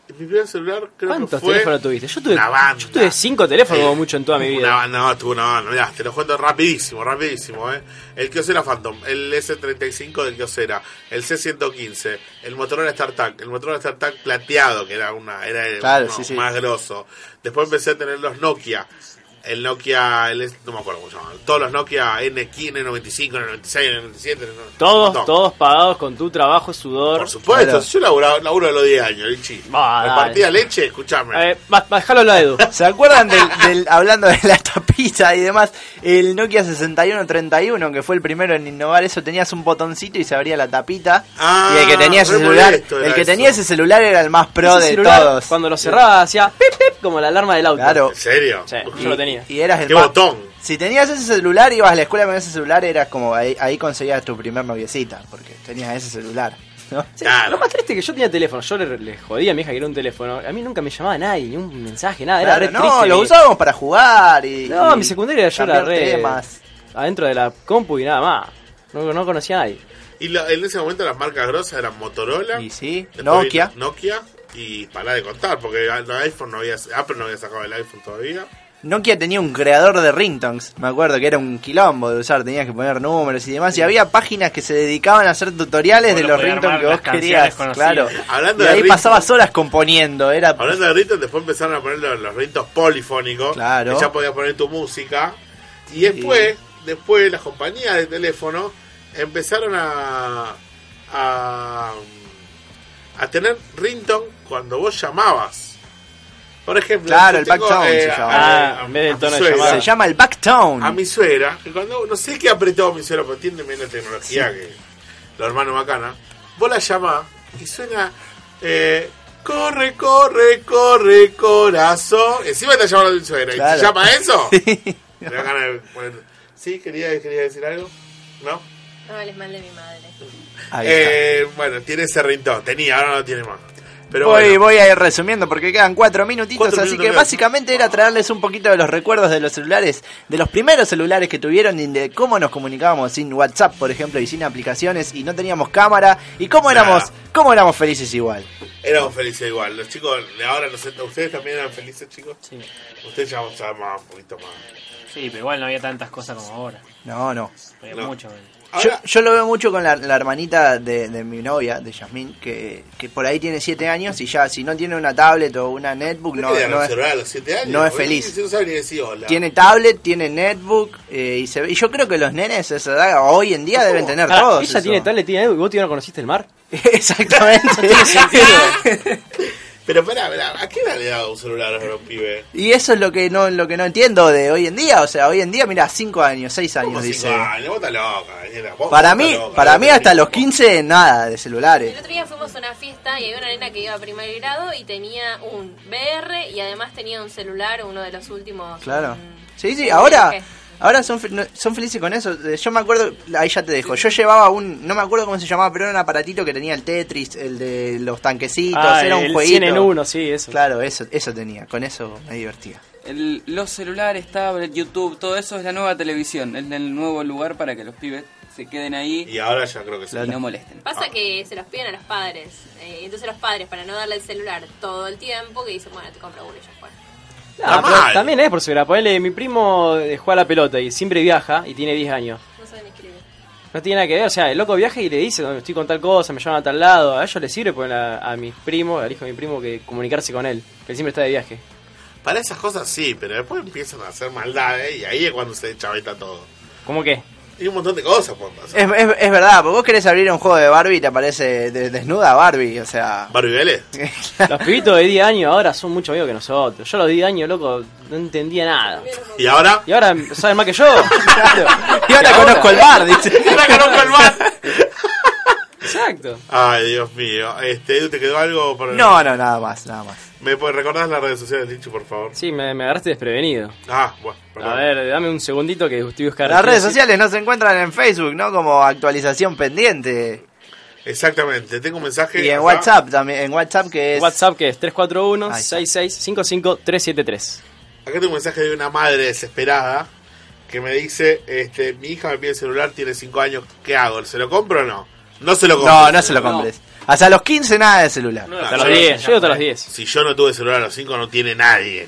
[SPEAKER 4] y mi primer celular creo que
[SPEAKER 7] ¿Cuántos
[SPEAKER 4] fue...
[SPEAKER 7] teléfonos tuviste? Yo tuve,
[SPEAKER 4] una banda.
[SPEAKER 7] yo tuve cinco teléfonos como mucho en toda mi vida.
[SPEAKER 4] Una banda, Ah, no, tuve una banda. Mirá, te lo cuento rapidísimo, rapidísimo, eh. El Kyocera Phantom, el S35 del Kyocera, el C115, el Motorola StarTAC, el Motorola StarTAC plateado, que era una, era el-
[SPEAKER 11] Claro,
[SPEAKER 4] uno
[SPEAKER 11] sí, sí.
[SPEAKER 4] más grosso. Después empecé a tener los Nokia, el Nokia, el, S- no me acuerdo cómo se llamaban, todos los Nokia N15, N95, N96, N97, N98.
[SPEAKER 7] Todos,
[SPEAKER 4] No.
[SPEAKER 7] todos pagados con tu trabajo, sudor. Por
[SPEAKER 4] Por supuesto, yo laburaba- laburo de los 10 años, Lichi.
[SPEAKER 7] Va,
[SPEAKER 4] Me
[SPEAKER 7] dale.
[SPEAKER 4] partía leche, escuchame.
[SPEAKER 7] Eh, baj- bajalo la Edu.
[SPEAKER 11] ¿Se acuerdan del, del- hablando de la tapita y demás? El Nokia 6131, que fue el primero en innovar eso, tenías un botoncito y se abría la tapita.
[SPEAKER 4] Ah,
[SPEAKER 11] y el que tenía ese
[SPEAKER 4] re
[SPEAKER 11] celular,
[SPEAKER 4] molesto era
[SPEAKER 11] el que
[SPEAKER 4] eso.
[SPEAKER 11] tenía ese celular era el más pro
[SPEAKER 7] Ese
[SPEAKER 11] de
[SPEAKER 7] celular,
[SPEAKER 11] todos.
[SPEAKER 7] Cuando lo cerraba hacía pip, pip, como la alarma del auto.
[SPEAKER 11] Claro.
[SPEAKER 4] ¿En serio?
[SPEAKER 7] Sí, yo lo tenía.
[SPEAKER 11] Y eras el
[SPEAKER 4] ¿Qué
[SPEAKER 11] más-
[SPEAKER 4] botón?
[SPEAKER 11] Si tenías ese celular, ibas a la escuela con ese celular, eras como ahí, ahí conseguías tu primer noviecita, porque tenías ese celular. ¿no?
[SPEAKER 7] Sí, Lo más triste es que yo tenía teléfono. Yo le, le jodía a mi hija que era un teléfono. A mí nunca me llamaba nadie, ni un mensaje, nada.
[SPEAKER 11] Claro,
[SPEAKER 7] Ah, era re
[SPEAKER 11] no,
[SPEAKER 7] triste.
[SPEAKER 11] lo
[SPEAKER 7] mi-
[SPEAKER 11] usábamos para jugar y.
[SPEAKER 7] No,
[SPEAKER 11] y
[SPEAKER 7] mi secundaria yo era
[SPEAKER 11] cambiar
[SPEAKER 7] re.
[SPEAKER 11] temas.
[SPEAKER 7] Adentro de la compu y nada más. No, no conocía a nadie.
[SPEAKER 4] Y lo- en ese momento las marcas grosas eran Motorola, después
[SPEAKER 7] Nokia.
[SPEAKER 4] vino Nokia y para de contar, porque el iPhone no había, Apple no había sacado el iPhone todavía.
[SPEAKER 11] Nokia tenía un creador de ringtones, me acuerdo que era un quilombo de usar, tenías que poner números y demás, y había páginas que se dedicaban a hacer tutoriales
[SPEAKER 4] Vos
[SPEAKER 11] de
[SPEAKER 4] lo
[SPEAKER 11] los
[SPEAKER 4] podías
[SPEAKER 11] ringtones
[SPEAKER 4] armar
[SPEAKER 11] que vos
[SPEAKER 4] las
[SPEAKER 11] querías,
[SPEAKER 4] canciones conocidas.
[SPEAKER 11] claro.
[SPEAKER 4] Hablando
[SPEAKER 11] y
[SPEAKER 4] de
[SPEAKER 11] ahí
[SPEAKER 4] ringtone-
[SPEAKER 11] pasabas horas componiendo, era
[SPEAKER 4] Hablando de ritmos, después empezaron a poner los, los ritmos polifónicos,
[SPEAKER 11] Claro.
[SPEAKER 4] que ya podías poner tu música. Y después, después las compañías de teléfono empezaron a a, a tener ringtone cuando vos llamabas. Por ejemplo,
[SPEAKER 11] Claro,
[SPEAKER 4] yo
[SPEAKER 11] el
[SPEAKER 4] tengo,
[SPEAKER 11] backtown se
[SPEAKER 4] eh,
[SPEAKER 11] llama.
[SPEAKER 4] a-
[SPEAKER 11] Ah,
[SPEAKER 4] a-
[SPEAKER 11] en vez del
[SPEAKER 4] a
[SPEAKER 11] tono
[SPEAKER 4] mi
[SPEAKER 11] de
[SPEAKER 4] suegra.
[SPEAKER 11] llamada. Se llama el backtown.
[SPEAKER 4] A mi suegra, que cuando no sé qué apretó mi suegra, porque tiene menos tecnología
[SPEAKER 11] Sí.
[SPEAKER 4] que los hermanos Macana. Vos la llamás y suena eh, corre, corre, corre, corazón. Encima está llamando a mi suegra. ¿Y
[SPEAKER 11] Claro.
[SPEAKER 4] se llama eso? Me da ganas de poner- ¿Sí? ¿Quería, quería decir algo? ¿No?
[SPEAKER 6] No hables mal de mi madre.
[SPEAKER 11] Ahí
[SPEAKER 4] Eh, bueno, tiene ese rintón. Tenía, ahora no tiene más. Pero
[SPEAKER 11] voy,
[SPEAKER 4] bueno.
[SPEAKER 11] voy a ir resumiendo porque quedan cuatro minutitos,
[SPEAKER 4] Cuatro
[SPEAKER 11] así
[SPEAKER 4] minutos
[SPEAKER 11] que
[SPEAKER 4] quedan.
[SPEAKER 11] básicamente era traerles un poquito de los recuerdos de los celulares, de los primeros celulares que tuvieron y de cómo nos comunicábamos sin WhatsApp, por ejemplo, y sin aplicaciones y no teníamos cámara y cómo éramos, cómo éramos felices igual.
[SPEAKER 4] Éramos felices igual. Los chicos de ahora, no sé, ¿ustedes también eran felices, chicos? Sí. Ustedes ya llamaban un poquito más.
[SPEAKER 5] Sí, pero igual no había tantas cosas como ahora.
[SPEAKER 11] No, no.
[SPEAKER 5] Había
[SPEAKER 4] No.
[SPEAKER 5] mucho. menos.
[SPEAKER 11] Yo, yo lo veo mucho con la, la hermanita de, de mi novia, de Yasmín, que, que por ahí tiene 7 años y ya si no tiene una tablet o una netbook no,
[SPEAKER 4] No,
[SPEAKER 11] no es,
[SPEAKER 4] a los siete años.
[SPEAKER 11] no es
[SPEAKER 4] boludo.
[SPEAKER 11] feliz.
[SPEAKER 4] No sabe ni decir hola.
[SPEAKER 11] Tiene tablet, tiene netbook eh, y, se ve- y yo creo que los nenes de esa edad hoy en día deben tener
[SPEAKER 7] Pará,
[SPEAKER 11] todos.
[SPEAKER 7] Ella tiene tablet, tiene Edu, y vos tío no conociste el mar.
[SPEAKER 11] Exactamente.
[SPEAKER 4] Pero pará, pará, ¿a qué edad le daba un celular a los pibes?
[SPEAKER 11] y eso es lo que no lo que no entiendo de hoy en día, o sea, hoy en día mira, 5 años, 6
[SPEAKER 4] ¿Cómo
[SPEAKER 11] años
[SPEAKER 4] cinco
[SPEAKER 11] dice.
[SPEAKER 4] años? Vos estás loca, nena, vos-
[SPEAKER 11] Para
[SPEAKER 4] vos
[SPEAKER 11] mí,
[SPEAKER 4] estás loca,
[SPEAKER 11] para
[SPEAKER 4] vos
[SPEAKER 11] mí
[SPEAKER 4] tenés
[SPEAKER 11] hasta los 15 nada de celulares.
[SPEAKER 6] El otro día fuimos a una fiesta y había una nena que iba a primer grado y tenía un VR y además tenía un celular, uno de los últimos. mm,
[SPEAKER 11] Claro. Sí, sí,
[SPEAKER 6] Sí,
[SPEAKER 11] ahora,
[SPEAKER 6] ¿qué?
[SPEAKER 11] ahora son, fe- no- son felices con eso. Eh, Yo me acuerdo, ahí ya te dejo. Yo llevaba un, no me acuerdo cómo se llamaba, pero era un aparatito que tenía el Tetris, el de los tanquecitos,
[SPEAKER 7] Ah,
[SPEAKER 11] era un
[SPEAKER 7] el
[SPEAKER 11] jueguito.
[SPEAKER 7] 100 en uno, sí, eso.
[SPEAKER 11] Claro, eso, eso tenía, con eso me divertía.
[SPEAKER 10] el- los celulares, tablets, YouTube, todo eso es la nueva televisión, es el nuevo lugar para que los pibes se queden ahí
[SPEAKER 4] Y ahora ya creo que sí.
[SPEAKER 10] y no molesten.
[SPEAKER 6] Pasa que se los piden a los padres. eh, entonces los padres, para no darle el celular todo el tiempo, que dicen, bueno, te compro uno y ya fue.
[SPEAKER 7] Ah, pero también es por seguridad. Ponele, mi primo eh, juega a la pelota y siempre viaja y tiene 10 años.
[SPEAKER 6] No saben escribir.
[SPEAKER 7] No tiene nada que ver, o sea, el loco viaja y le dice, "No, estoy con tal cosa, me llaman a tal lado, a ellos les sirve poner a, a mis primos, al hijo de mi primo, que comunicarse con él, que él siempre está de viaje.
[SPEAKER 4] Para esas cosas sí, pero después empiezan a hacer maldades y ahí es cuando se chaveta todo.
[SPEAKER 7] ¿Cómo qué?
[SPEAKER 4] Y un montón de cosas pueden pasar.
[SPEAKER 11] Es, es- es verdad, porque vos querés abrir un juego de Barbie y te aparece de- desnuda Barbie, o sea...
[SPEAKER 4] ¿Barbie Vélez?
[SPEAKER 7] Los pibitos de 10 años ahora son mucho mejor que nosotros. Yo a los 10 años, loco, no entendía nada.
[SPEAKER 4] ¿Y ahora?
[SPEAKER 7] Y ahora saben más que yo.
[SPEAKER 11] Y ahora conozco el bar, dice.
[SPEAKER 4] Ahora conozco el bar.
[SPEAKER 7] Exacto.
[SPEAKER 4] Ay, Dios mío. Este, Edu, ¿te quedó algo para
[SPEAKER 11] No, no, nada más, nada más.
[SPEAKER 4] ¿Me puedes recordar las redes sociales, Lichu, por favor?
[SPEAKER 7] Sí, me, me agarraste desprevenido.
[SPEAKER 4] Ah, bueno, perdón.
[SPEAKER 7] A ver, dame un segundito que estoy buscando.
[SPEAKER 11] Las redes sociales no se encuentran en Facebook, ¿no? Como actualización pendiente.
[SPEAKER 4] Exactamente, tengo un mensaje.
[SPEAKER 11] Y en
[SPEAKER 4] acá.
[SPEAKER 11] WhatsApp también, en WhatsApp que es...
[SPEAKER 7] WhatsApp que es 341-6655-373.
[SPEAKER 4] Acá tengo un mensaje de una madre desesperada que me dice, este, mi hija me pide el celular, tiene 5 años, ¿qué hago? ¿Se lo compro o no? No se lo compro.
[SPEAKER 11] No, no se lo compres. Hasta los 15 nada de celular.
[SPEAKER 7] Hasta los 10, yo hasta los 10.
[SPEAKER 4] Si yo no tuve celular a los 5 no tiene nadie.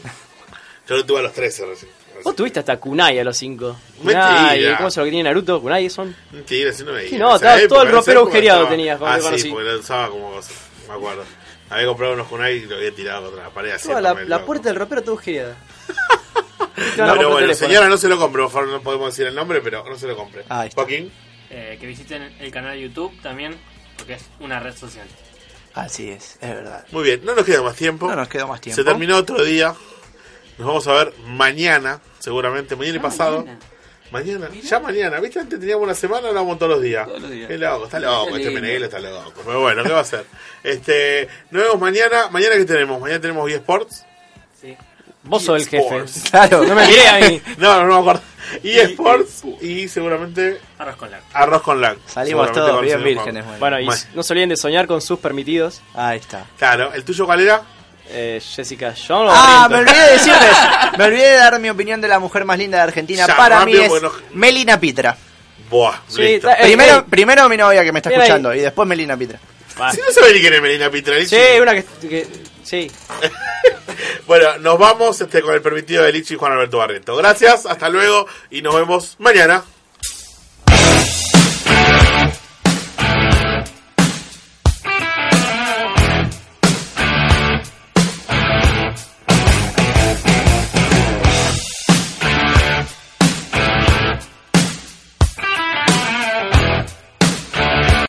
[SPEAKER 4] Yo lo tuve a los 13 recién.
[SPEAKER 7] Vos tuviste hasta Kunai a los 5.
[SPEAKER 4] Mentira.
[SPEAKER 7] Kunai, ¿cómo es lo que tiene Naruto? Kunai son.
[SPEAKER 4] Mentira, si Mm, no me
[SPEAKER 7] Sí,
[SPEAKER 4] digas.
[SPEAKER 7] no,
[SPEAKER 4] En esa
[SPEAKER 7] estaba todo el
[SPEAKER 4] en esa
[SPEAKER 7] ropero
[SPEAKER 4] época
[SPEAKER 7] agujereado
[SPEAKER 4] estaba-
[SPEAKER 7] tenías cuando
[SPEAKER 4] Ah,
[SPEAKER 7] te conocí.
[SPEAKER 4] sí, porque lanzaba como cosas, me acuerdo. Había comprado unos kunai y lo había tirado contra la pared así.
[SPEAKER 7] Toda la,
[SPEAKER 4] me-
[SPEAKER 7] la
[SPEAKER 4] lo-
[SPEAKER 7] puerta del ropero todo girada.
[SPEAKER 4] No, pero bueno, señora, no se lo compre, por favor, no podemos decir el nombre, pero no se lo compre. Joaquín.
[SPEAKER 5] Eh, que visiten el canal de YouTube también, porque es una red social.
[SPEAKER 11] Así es, es verdad.
[SPEAKER 4] Muy bien, no nos queda más tiempo.
[SPEAKER 11] No nos queda más tiempo.
[SPEAKER 4] Se terminó otro día. Nos vamos a ver mañana, seguramente, mañana y pasado. Ah, Mañana. ya mañana. ¿Viste? Antes teníamos una semana, ahora vamos todos los días. Todos los días. Qué loco, está loco,
[SPEAKER 2] Qué
[SPEAKER 4] este
[SPEAKER 2] lindo.
[SPEAKER 4] Meneguelo está loco. Pero bueno, ¿qué va a hacer? Este, nos vemos mañana. ¿Mañana qué tenemos? Mañana tenemos E eSports.
[SPEAKER 5] Sí.
[SPEAKER 7] Vos sos el jefe.
[SPEAKER 4] Sports.
[SPEAKER 7] Claro. No me miré a mí.
[SPEAKER 4] No, no, no me acuerdo. eSports y seguramente
[SPEAKER 5] Arroz con lac.
[SPEAKER 4] Arroz con lac.
[SPEAKER 11] Salimos
[SPEAKER 4] Seguramente
[SPEAKER 11] todos
[SPEAKER 4] con el
[SPEAKER 11] bien
[SPEAKER 4] señor Pablo.
[SPEAKER 11] vírgenes, bueno.
[SPEAKER 7] Bueno, y
[SPEAKER 4] Bueno.
[SPEAKER 7] s- no se olviden de soñar con sus permitidos.
[SPEAKER 11] Ahí está.
[SPEAKER 4] Claro, ¿el tuyo cuál era?
[SPEAKER 7] Eh, Jessica Jones.
[SPEAKER 11] Ah, me olvidé de decirles. Me olvidé de dar mi opinión de la mujer más linda de Argentina.
[SPEAKER 7] Ya,
[SPEAKER 11] Para mí
[SPEAKER 7] rápido,
[SPEAKER 11] es
[SPEAKER 7] porque
[SPEAKER 11] Melina Pitra.
[SPEAKER 4] Buah,
[SPEAKER 7] Sí, listo. está- eh,
[SPEAKER 11] primero,
[SPEAKER 7] eh.
[SPEAKER 11] primero mi novia que me está
[SPEAKER 7] Mira ahí.
[SPEAKER 11] escuchando y después Melina Pitra.
[SPEAKER 4] Si no sabés ni quién es Melina Pitralichi.
[SPEAKER 7] Sí, una que, que- Sí.
[SPEAKER 4] Bueno, nos vamos este, con el permitido de Lichi y Juan Alberto Barreto. Gracias, hasta luego y nos vemos mañana.